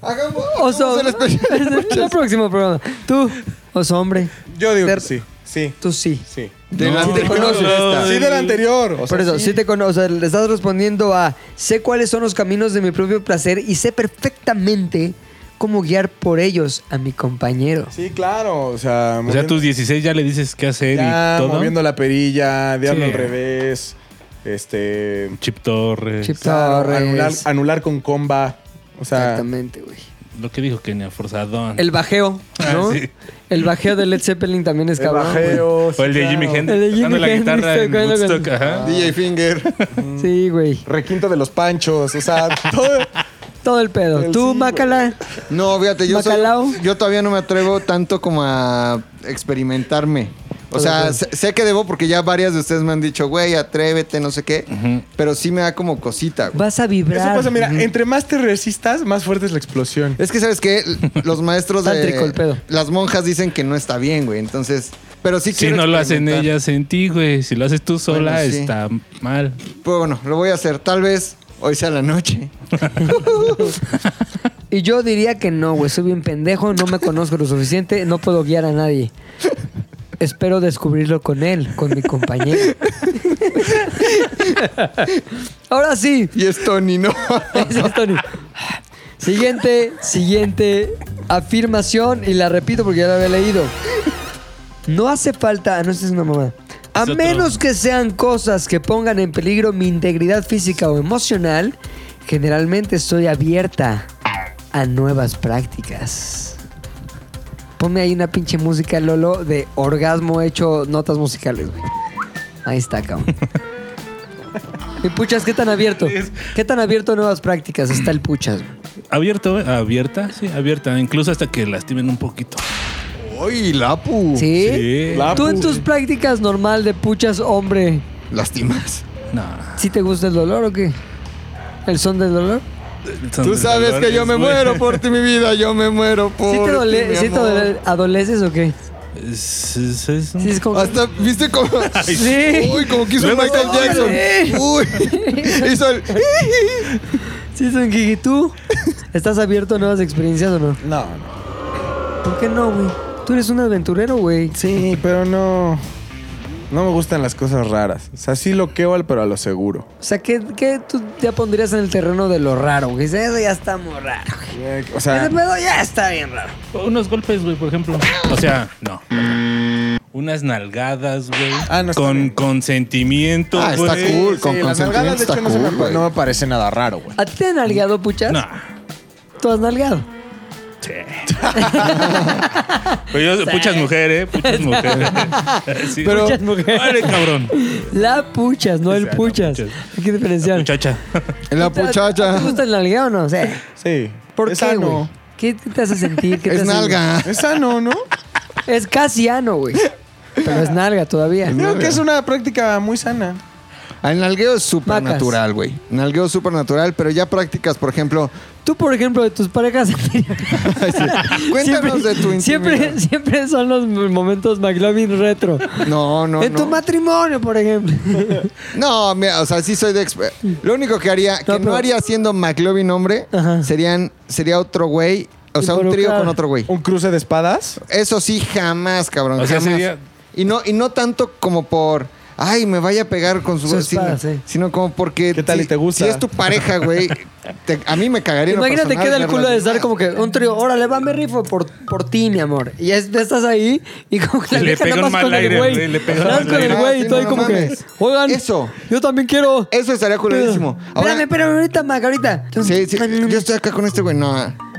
Hagamos,
Oso, el próximo programa. Tú, oso hombre.
Yo digo que sí. Sí.
Tú sí.
Sí.
Del No, anterior. te conoces.
Sí, del anterior. O sea,
Por eso,
sí.
sí te cono- o sea, le estás respondiendo a sé cuáles son los caminos de mi propio placer y sé perfectamente cómo guiar por ellos a mi compañero.
Sí, claro. O sea,
O sea, a
moviendo-
tus 16 pues, ya le dices qué hacer
ya
y todo.
moviendo la perilla, diablo
Sí.
al revés. Este.
Chip Torres.
Chip
claro,
Torres.
Anular, anular con comba. O sea.
Exactamente, güey.
Lo que dijo Kenia, forzadón.
El bajeo, ¿no?
Ah, sí.
El bajeo de Led Zeppelin también es
El
cabrón. güey.
bajeo. sí,
O el de
claro.
Jimi Hendrix.
El de Jimi
tocando la
Hendrix,
guitarra
¿te
en
acuerdas?
Woodstock. Ajá.
DJ Finger.
Sí, güey.
Requinto de los panchos. O sea, todo.
Todo el pedo.
El
Tú,
sí,
Macala.
No, fíjate, yo, soy-
Bacalao.
yo todavía no me atrevo tanto como a experimentarme. O sea, sé, sé que debo porque ya varias de ustedes me han dicho, güey, atrévete, no sé qué. Pero sí me da como cosita, güey.
Vas a
Eso
vibrar.
pasa, mira, entre más te resistas, más fuerte es la explosión.
Es que, ¿sabes qué? Los maestros
Tántrico el
de...
pedo.
Las monjas dicen que no está bien, güey. Entonces, pero sí
Si
quiero
no lo hacen
experimentar.
ellas en ti, güey. Si lo haces tú sola,
Bueno, sí.
está mal.
Pero Pues bueno, lo voy a hacer. Tal vez hoy sea la noche.
Y yo diría que no, güey. Soy bien pendejo, no me conozco lo suficiente, no puedo guiar a nadie. Espero descubrirlo con él, con mi compañero. Ahora sí.
Y es Tony, ¿no?
Ese es Tony. Siguiente, siguiente afirmación y la repito porque ya la había leído. No hace falta, ah, no esta es una mamá. A
Es otro.
menos que sean cosas que pongan en peligro mi integridad física o emocional, generalmente estoy abierta a nuevas prácticas. Ponme ahí una pinche música, Lolo, de orgasmo hecho notas musicales, güey. Ahí está, cabrón. Y puchas, ¿qué tan abierto? ¿Qué tan abierto a nuevas prácticas está el puchas? güey?
Abierto, abierta, sí, abierta. Incluso hasta que lastimen un poquito.
¡Uy, Lapu!
¿Sí?
Sí.
Tú en tus prácticas normal de puchas, hombre,
Lastimas.
No.
¿sí te gusta el dolor o qué? ¿El son del dolor?
Tú sabes que yo me muero por ti, mi vida. Yo me muero por
¿Sí te, dole-
ti, mi
sí te
amor.
dole- adoleces o qué?
Es- es- es-
Sí, es como...
Hasta, ¿viste cómo?
Sí.
Uy, como que hizo
Luego-
Michael
¡Órale!
Jackson. Uy. Hizo el...
Sí, son Gigi, ¿tú? ¿Estás abierto a nuevas experiencias o no?
No, no.
¿Por qué no, güey? Tú eres un aventurero, güey.
Sí, pero no. No me gustan las cosas raras. O sea, sí lo queo, al- pero a lo seguro.
O sea, ¿qué, qué tú ya pondrías en el terreno de lo raro? güey? Dices, eso ya está muy raro. güey.
Eh, O
Ah.
sea,
Ese pedo ya está bien raro.
Unos golpes, güey, por ejemplo. O sea, no. Unas nalgadas, güey.
Ah, no está
con
bien.
consentimiento,
Ah,
güey.
está
pues,
cool. Con
sí, las nalgadas,
consentimiento
de
está
hecho, no, se me,
cool, güey.
no me parece nada raro, güey.
¿A ti te han nalgado, puchas?
No.
¿Tú has nalgado?
Sí. Pero yo, muchas mujeres, muchas mujeres. Sí.
Pero- Muchas mujeres.
Órale, cabrón.
La puchas, no el
Esa, la
puchas.
puchas.
Hay que diferenciar.
Muchacha.
La
¿Te- ¿Te
puchacha.
gusta el nalgado o no? O sea,
Sí.
¿Por
es
qué,
sano.
güey? ¿Qué qué te hace sentir? ¿Qué te
Es
hace-
nalga.
Es sano, ¿no?
Es casi ano, güey. Pero es nalga todavía.
Creo que es una práctica muy sana.
El nalgueo es supernatural, güey. Nalgueo es supernatural, pero ya prácticas, por ejemplo...
Tú, por ejemplo, de tus parejas anteriores,
Cuéntanos de tu intimidad.
siempre, siempre son los momentos McLovin retro.
No, no,
en tu
no.
matrimonio, por ejemplo.
No, mira, o sea, sí soy de exper- Lo único que haría, que
pero-
no haría siendo McLovin hombre,
Ajá.
serían, sería otro güey, o sea, un trío
Involucrar.
con otro güey.
¿Un cruce de espadas?
Eso sí, jamás, cabrón.
O sea,
jamás.
sería-
Y no, y no tanto como por. Ay, me vaya a pegar con su,
Su
sino,
espada, sí.
sino como porque.
¿Qué tal y
si-
te gusta?
Si es tu pareja, güey. te- A mí me cagaría. en lo
Imagínate
personal
queda el
verlas
culo de
así.
estar como que un trío, órale, va, me rifo por, por ti, mi amor. Y es- estás ahí y como que la
Le
vieja
pega
nada
un
más
mal
con el
aire,
güey.
güey, le pega un
Nada más
mal
con el
aire.
güey y
Ah, Sí,
tú ahí
no
como
mames.
que, oigan,
Eso.
yo también quiero.
Eso estaría culerísimo. Ahora,
Espérame, pero ahorita, Mac, ahorita.
sí, sí, yo estoy acá con este güey. No.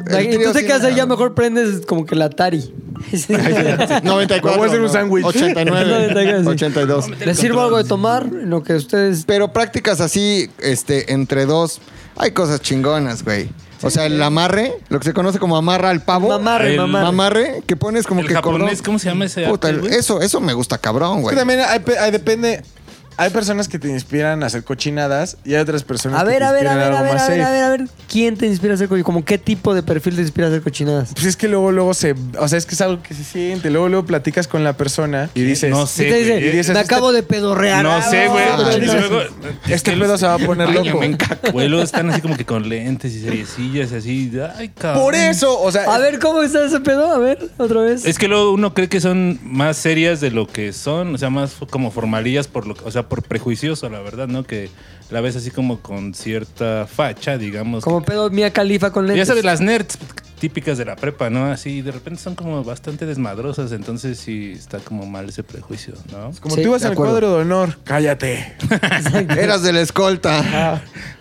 el
y tú
trío
te
sí
quedas
no-
ahí, ya mejor prendes como que la Tari.
Me
94.
voy a hacer un
¿no?
sándwich.
89. 82.
Les sirvo algo de tomar, en lo que ustedes.
Pero prácticas así, este, entre dos, hay cosas chingonas, güey. O sea, el amarre, lo que se conoce como amarra al pavo.
Mamarre,
El-
mamarre.
Mamarre, que pones como
El
que
japonés,
cordón.
¿cómo se llama ese
Puta,
arte, güey?
eso, eso me gusta cabrón,
Es que
güey.
también hay, pe- hay- depende. Hay personas que te inspiran a hacer cochinadas y hay otras personas
A
que
ver,
te
a ver, a
inspiran
ver, a
algo
ver,
más
a
eh.
ver, a
safe.
ver, a ver. ¿Quién te inspira a hacer cochinadas? ¿Cómo qué tipo de perfil te inspira a hacer cochinadas?
Pues es que luego, luego se. O sea, es que es algo que se siente. Luego, luego platicas con la persona y dices.
No
¿Qué
sé,
te
güey.
dice?
dices,
Me
este-
acabo de pedorrear.
No sé, güey.
Ah,
Y
dices,
luego- es
Este
que
pedo se va a poner loco.
Güey, luego están así como que con lentes y seriecillas así. Ay, cabrón.
Por eso, o sea.
A ver, ¿cómo está ese pedo? A ver, otra vez.
Es que luego uno cree que son más serias de lo que son, o sea, más como formalillas por lo, o sea, por prejuicioso, la verdad, ¿no? Que la ves así como con cierta facha, digamos.
Como pedo Mía Califa con
ya
lentes.
sabes, las nerds típicas de la prepa, ¿no? Así de repente son como bastante desmadrosas, entonces sí está como mal ese prejuicio, ¿no?
Como
Sí,
tú ibas
de
al
acuerdo.
cuadro de honor, cállate.
Eras de la escolta.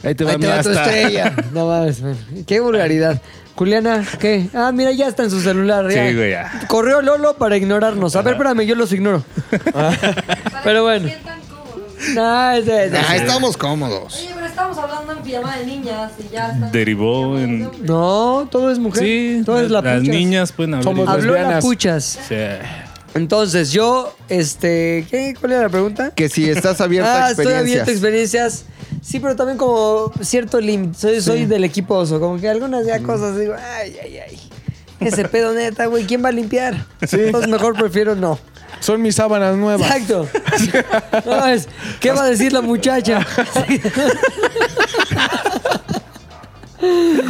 Ahí te
Ahí te va tu estrella. No mames, man. Qué vulgaridad. Juliana, ¿qué? Ah, mira, ya está en su celular. ya.
Sí, güey, ya.
Corrió Lolo para ignorarnos. A ver, espérame, yo los ignoro.
Para
Pero
que
bueno.
se sientan cómodos.
No, es- es-
Ah, estamos cómodos.
Oye, pero estamos hablando en pijama de niñas y ya están.
Derivó en-
no, todo es mujer.
Sí,
todo es la
las
puchas.
niñas pueden hablar.
Somos
igual.
Habló la
Lesbianas.
puchas.
O sea,
Entonces, yo, este, ¿qué? ¿Cuál era la pregunta?
Que si estás abierto
Ah,
a
estoy abierto a
experiencias.
experiencias. Sí, pero también como cierto límite. Soy, soy del equipo oso. Como que algunas ya cosas digo, ay, ay, ay. Ese pedo neta, güey, ¿quién va a limpiar? Entonces mejor prefiero no.
Son mis sábanas nuevas.
Exacto. No, es, ¿Qué va a decir la muchacha? Sí.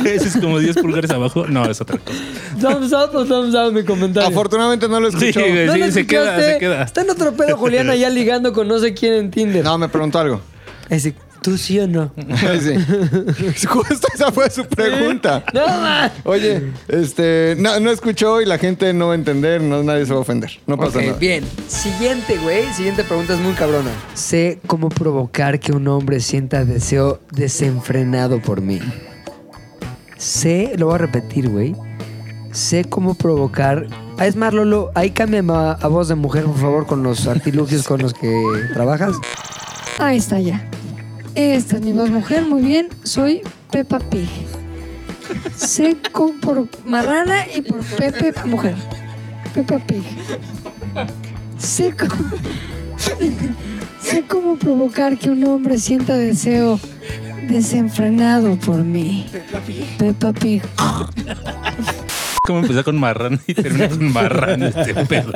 ese es como 10 pulgares abajo. No, es otra cosa.
Thumbs up o thumbs down mi comentario.
Afortunadamente no lo escuchó.
Sí, güey.
¿No lo
se queda,
escuchaste?
se queda.
Está en otro pedo Juliana ya ligando con no sé quién en Tinder.
No, me preguntó algo.
Es decir, ¿tú sí o no?
Sí. Justo esa fue su pregunta.
No, ma.
Oye, este, no, no escuchó y la gente no va a entender, no, nadie se va a ofender. No pasa
Ok,
nada.
Eh, bien. Siguiente, güey. Siguiente pregunta es muy cabrona. Sé cómo provocar que un hombre sienta deseo desenfrenado por mí. Sé, lo voy a repetir, güey. Sé cómo provocar. Ah, Es más, Lolo, ahí cámbiame a, a voz de mujer, por favor, con los artilugios con los que trabajas.
Ahí está ya. Esta es mi voz mujer, muy bien. Soy Peppa Pig. Seco por marrana y por Pepe mujer. Peppa Pig. Seco. Sé cómo provocar que un hombre sienta deseo desenfrenado por mí. Peppa Pig.
¿Cómo empezar con marrán y terminar con marrán este pedo?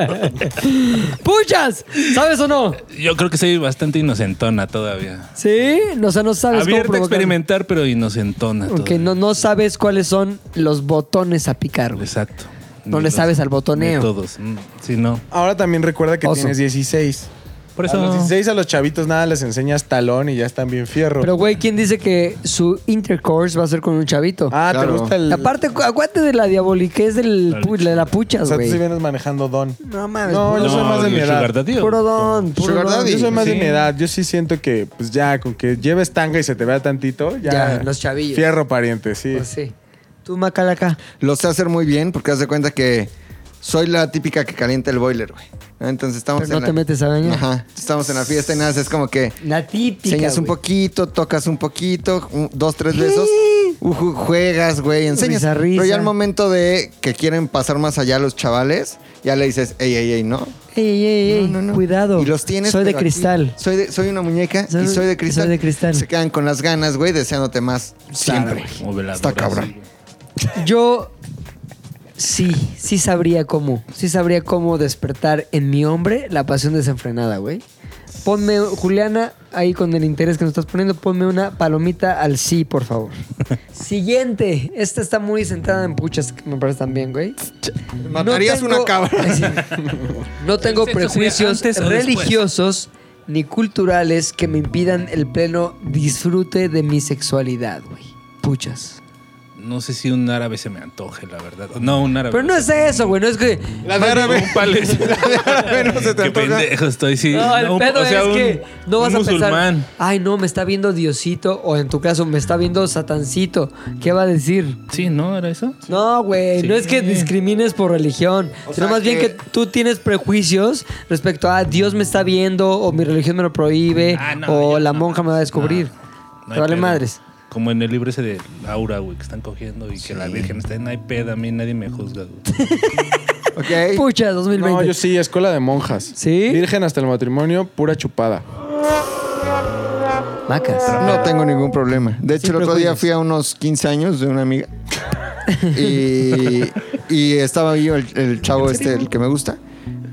¡Puchas! ¿Sabes o no?
Yo creo que soy bastante inocentona todavía.
Sí, no, o sea, no sabes cómo
Abierta a
Ah, provocar.
experimentar, pero inocentona.
Aunque
todavía.
no, no sabes cuáles son los botones a picar, güey.
Exacto.
No
Ni
le
los-
sabes al botoneo.
ni Todos. Mm, Sí, no.
Ahora también recuerda que
Oso.
tienes 16.
Por
A los
eso.
16 a los chavitos nada les enseñas talón y ya están bien fierro.
Pero, güey, ¿quién dice que su intercourse va a ser con un chavito?
ah,
Claro.
te gusta el.
Aparte, acu- acuérdate de la diaboliquez del pu- de la
o
puchas,
sea, tú sí
güey.
vienes manejando don.
No mames,
No,
puro,
yo soy más de
yo
mi edad.
sugar daddy, ¿o?
puro don, puro
Sugar
don.
daddy.
Yo soy más
Sí.
de mi edad. Yo sí siento que, pues ya, con que lleves tanga y se te vea tantito, ya.
Ya, los chavillos.
Fierro pariente, sí.
Pues sí. Tú, Macalaca.
Lo sé hacer muy bien porque haz de cuenta que soy la típica que calienta el boiler, güey. Entonces estamos
Pero no
en
te
la...
metes a bañar.
Ajá. Estamos en la fiesta y nada, es como que
La típica,
enseñas un
güey.
poquito, tocas un poquito, un- dos, tres besos, ujú, juegas, güey, enseñas.
Risa, risa.
Pero ya al momento de que quieren pasar más allá los chavales, ya le dices, ey, ey, ey, no.
Ey, ey, ey, ey,
No, no, no.
cuidado.
Y los tienes.
Soy de
pero aquí.
cristal.
Soy, de- soy una muñeca
Soy-
y soy de cristal.
soy de cristal.
Se quedan con las ganas, güey, deseándote más siempre.
O veladora,
Está
sí,
cabrón.
güey.
Yo sí, sí sabría cómo. Sí sabría cómo despertar en mi hombre la pasión desenfrenada, güey. Ponme, Juliana, ahí con el interés que nos estás poniendo, ponme una palomita al sí, por favor. Siguiente. Esta está muy sentada en puchas, que me parece también, güey.
Matarías una cabra.
No tengo
sexo sería
prejuicios
antes o
religiosos ni culturales que me impidan el pleno disfrute de mi sexualidad, güey. Puchas.
no sé si un árabe se me antoje, la verdad. No, un árabe.
Pero no es eso, güey. No es que.
La de árabe. Un palés. Qué pendejo estoy, sí.
No, el
No, un-
pedo
o sea,
es
un-
que no vas
un
a
musulmán.
pensar. Ay, no, me está viendo Diosito. O en tu caso, me está viendo Satancito. ¿Qué va a decir?
Sí, ¿no? ¿Era eso?
No, güey. No es que discrimines por religión. sino más bien que tú tienes prejuicios respecto a Dios me está viendo, o mi religión me lo prohíbe,
Ah,
o la monja me va a descubrir.
No
Te
hay
vale
pedo.
madres.
Como en el libro ese de Laura, güey, que están cogiendo y que la Virgen está en iPad, a mí nadie me juzga, güey.
Ok.
Pucha, 2020.
No, yo sí, escuela de monjas. ¿Sí? Virgen hasta el matrimonio, pura chupada.
Macas.
No tengo ningún problema. De hecho, el otro día fui a unos 15 años de una amiga y, y estaba yo, el, el chavo este, el que me gusta.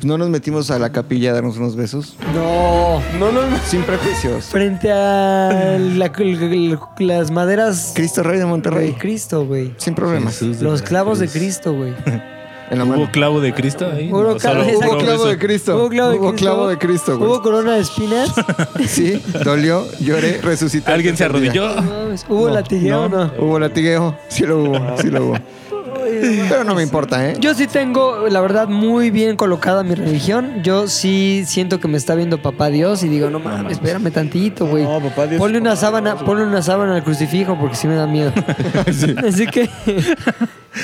No nos metimos a la capilla a darnos unos besos.
No.
No, no, Sin prejuicios.
Frente a la- el- las maderas.
Cristo Rey de Monterrey.
De Cristo, güey.
Sin problemas.
Jesús de
Los clavos de
Veracruz.
Cristo, güey.
En la
¿Hubo
mano.
clavo de Cristo ahí?
Hubo
No,
clavo-
solo hubo
Hubo clavo
beso.
de Cristo.
Hubo clavo de Cristo.
de Cristo, güey.
Hubo corona de espinas.
Sí, dolió, lloré, resucité.
¿Alguien se arrodilló?
No mames, Hubo
No,
latigueo o no.
Hubo latigueo. Sí lo hubo, sí lo hubo. Pero no me importa, ¿eh?
Yo sí tengo, la verdad, muy bien colocada mi religión. Yo sí siento que me está viendo papá Dios y digo, no mames, espérame tantito, güey.
No, papá Dios.
Ponle una sábana, ponle una sábana al crucifijo porque sí me da miedo. Así que,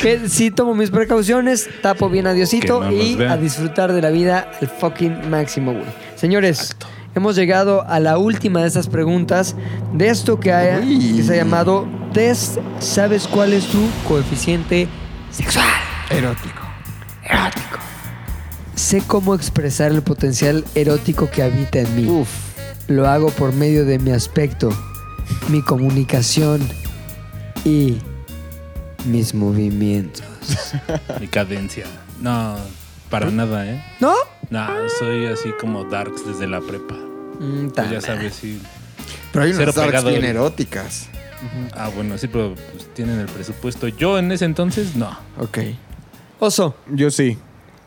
que sí tomo mis precauciones, tapo bien a Diosito
Que no nos
y
vean.
a disfrutar de la vida al fucking máximo, güey. Señores, hemos llegado a la última de estas preguntas de esto que, haya, que se ha llamado test. ¿Sabes cuál es tu coeficiente sexual?
Erótico.
Erótico. Sé cómo expresar el potencial erótico que habita en mí. Lo hago por medio de mi aspecto, mi comunicación y mis movimientos.
Mi cadencia. No, para nada, ¿eh?
¿No?
No, soy así como darks desde la prepa.
Mm, ta-
Pues ya sabes, sí.
Pero hay unas
Cero
darks
pegado.
bien eróticas.
Ah, bueno, sí, pero pues, tienen el presupuesto. Yo en ese entonces, no.
Ok.
Oso,
Yo sí,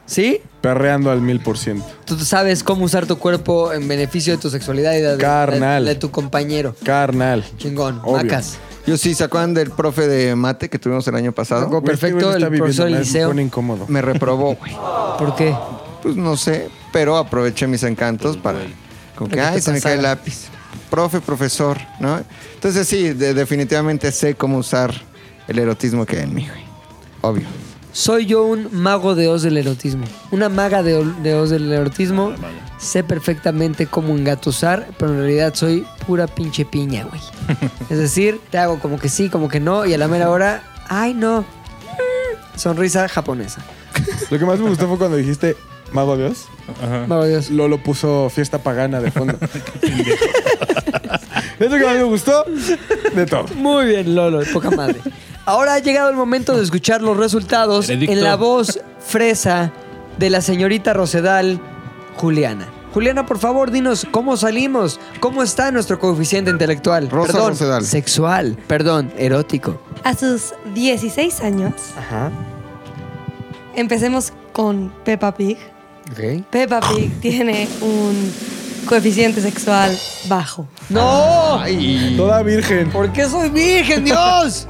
¿sí?
perreando al mil por ciento.
Tú sabes cómo usar tu cuerpo en beneficio de tu sexualidad y de, de-
Carnal.
de tu compañero.
Carnal.
Chingón,
Obvio.
macas.
Yo sí, ¿se acuerdan del profe de mate que tuvimos el año pasado?
Tocó
este
perfecto el profesor del liceo.
pone incómodo.
Me reprobó, güey.
¿Por qué?
Pues no sé, pero aproveché mis encantos para. Como que,
Para que
ay,
te
se me cae el
pasara".
lápiz. Profe, profesor, ¿no? Entonces sí, de- definitivamente sé cómo usar el erotismo que hay en mí, güey. Obvio.
Soy yo un mago de Oz del erotismo. Una maga de, ol- de Oz del erotismo. Sé perfectamente cómo engatusar, pero en realidad soy pura pinche piña, güey. es decir, te hago como que sí, como que no, y a la mera hora, ay no. Sonrisa japonesa.
Lo que más me gustó fue cuando dijiste Mago Dios.
Ajá.
Mago de Oz.
Lolo puso fiesta pagana de fondo. es lo que más me gustó de todo.
Muy bien, Lolo, poca madre. Ahora ha llegado el momento de escuchar los resultados
Veredicto.
en la voz fresa de la señorita Rosedal, Juliana. Juliana, por favor, dinos cómo salimos, cómo está nuestro coeficiente intelectual,
Rosa
perdón,
Rosedal.
sexual, perdón, erótico.
A sus 16 años, empecemos con Peppa Pig. Peppa Pig tiene un coeficiente sexual bajo.
¡No!
Toda virgen.
¿Por qué soy virgen, Dios?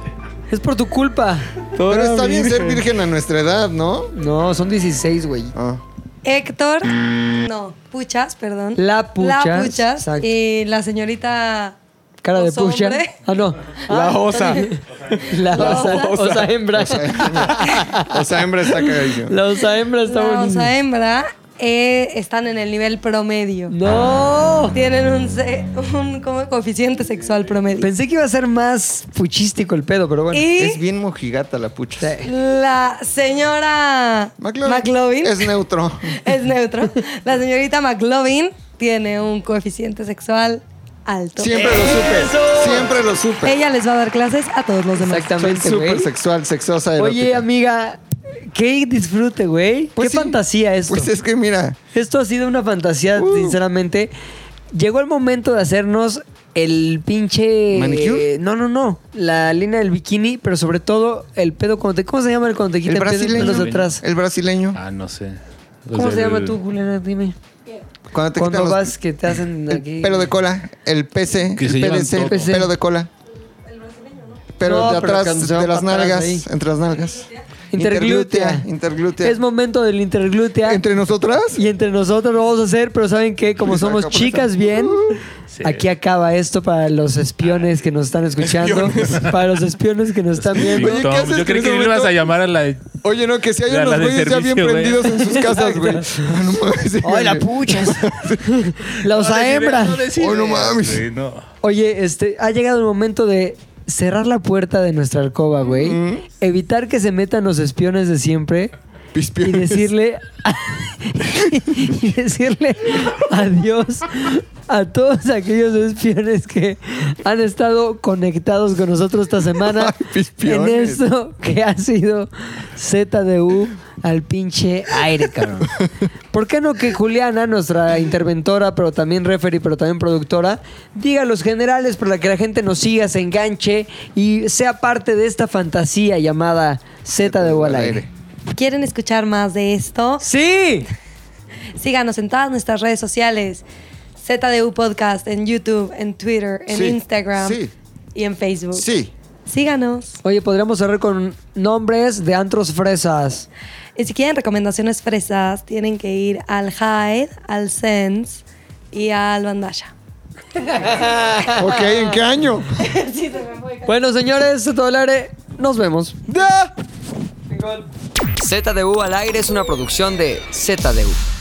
es por tu culpa.
Toda
Pero está bien ser virgen a nuestra edad, ¿no?
No, son 16, güey.
Ah.
Héctor, no, Puchas, perdón.
La Puchas,
La Puchas
exacto.
y la señorita...
Cara de
Oso
pucha.
hombre.
Ah, no.
La osa.
La, osa,
osa.
osa hembra.
O sea, hembra está cagadísimo.
La osa hembra está
La
bonita.
osa hembra eh, están en el nivel promedio.
No.
Tienen un, se- un como coeficiente sexual promedio.
Pensé que iba a ser más fuchístico el pedo, pero bueno.
y
Es bien mojigata la pucha.
Sí.
la señora McLovin,
Es
es,
neutro.
neutro. La señorita McLovin tiene un coeficiente sexual alto.
Siempre lo supe. Siempre lo supe.
Ella les va a dar clases a todos los demás.
Soy
Exactamente,
súper
güey.
sexual, sexosa, erótica.
Oye, amiga, qué disfrute, güey. qué
Pues sí.
fantasía esto.
Pues es que mira,
Esto ha sido una fantasía,
Uh.
sinceramente. Llegó el momento de hacernos el pinche.
¿Manicure?
eh, no, no, no. La línea del bikini, pero sobre todo el pedo cuando te. ¿Cómo se llama el cuando te quita
el
el pedo y
brasileño.
pelos de atrás?
El brasileño.
Ah, no sé. Los
¿Cómo se
del-
llama tú, Juliana? Dime.
Cuando te
Cuando
quitan los-
vas que te hacen
el
aquí.
pelo de cola, el PC,
Que
el
se llevan
PDC,
todo.
pelo de cola. pero
No,
de
pero
atrás,
canción
de las
para atrás
nalgas,
ahí.
entre las nalgas.
Interglútea.
Interglútea.
Es momento del interglútea.
¿Entre nosotras?
Y entre nosotros lo vamos a hacer, pero ¿saben qué? Como somos chicas bien, aquí acaba esto para los espiones que nos están escuchando. Para los espiones que nos están viendo.
Oye, ¿qué haces
Yo
en
creí que
ese
le ibas
momento?
a llamar a la.
Oye, no, que si hay
La-
unos
la de
güeyes ya bien
servicio, güey.
prendidos en sus casas, güey. Ah, no mames, sí,
¡Ay, la
güey.
puchas! ¡La osaembra!
¡Oh, no mames!
Sí, no.
Oye, este, ha llegado el momento de cerrar la puerta de nuestra alcoba, güey. Evitar que se metan los espiones de siempre. Y decirle. y decirle adiós a todos aquellos espiones que han estado conectados con nosotros esta semana. en
pispiones.
esto que ha sido ZDU al pinche aire, cabrón. ¿Por qué no que Juliana, nuestra interventora, pero también referee, pero también productora, diga los generales para que la gente nos siga, se enganche y sea parte de esta fantasía llamada Z de al aire?
¿Quieren escuchar más de esto?
¡Sí!
Síganos en todas nuestras redes sociales. ZDU Podcast en YouTube, en Twitter, en
Sí,
Instagram
sí.
y en Facebook.
Sí.
Síganos.
Oye, podríamos cerrar con nombres de antros fresas.
Y si quieren recomendaciones fresas, tienen que ir al Hyde, al Sense y al Bandaya.
Ok, ¿en qué año?
Bueno, señores, Z del aire, nos vemos.
ZDU al aire es una producción de ZDU.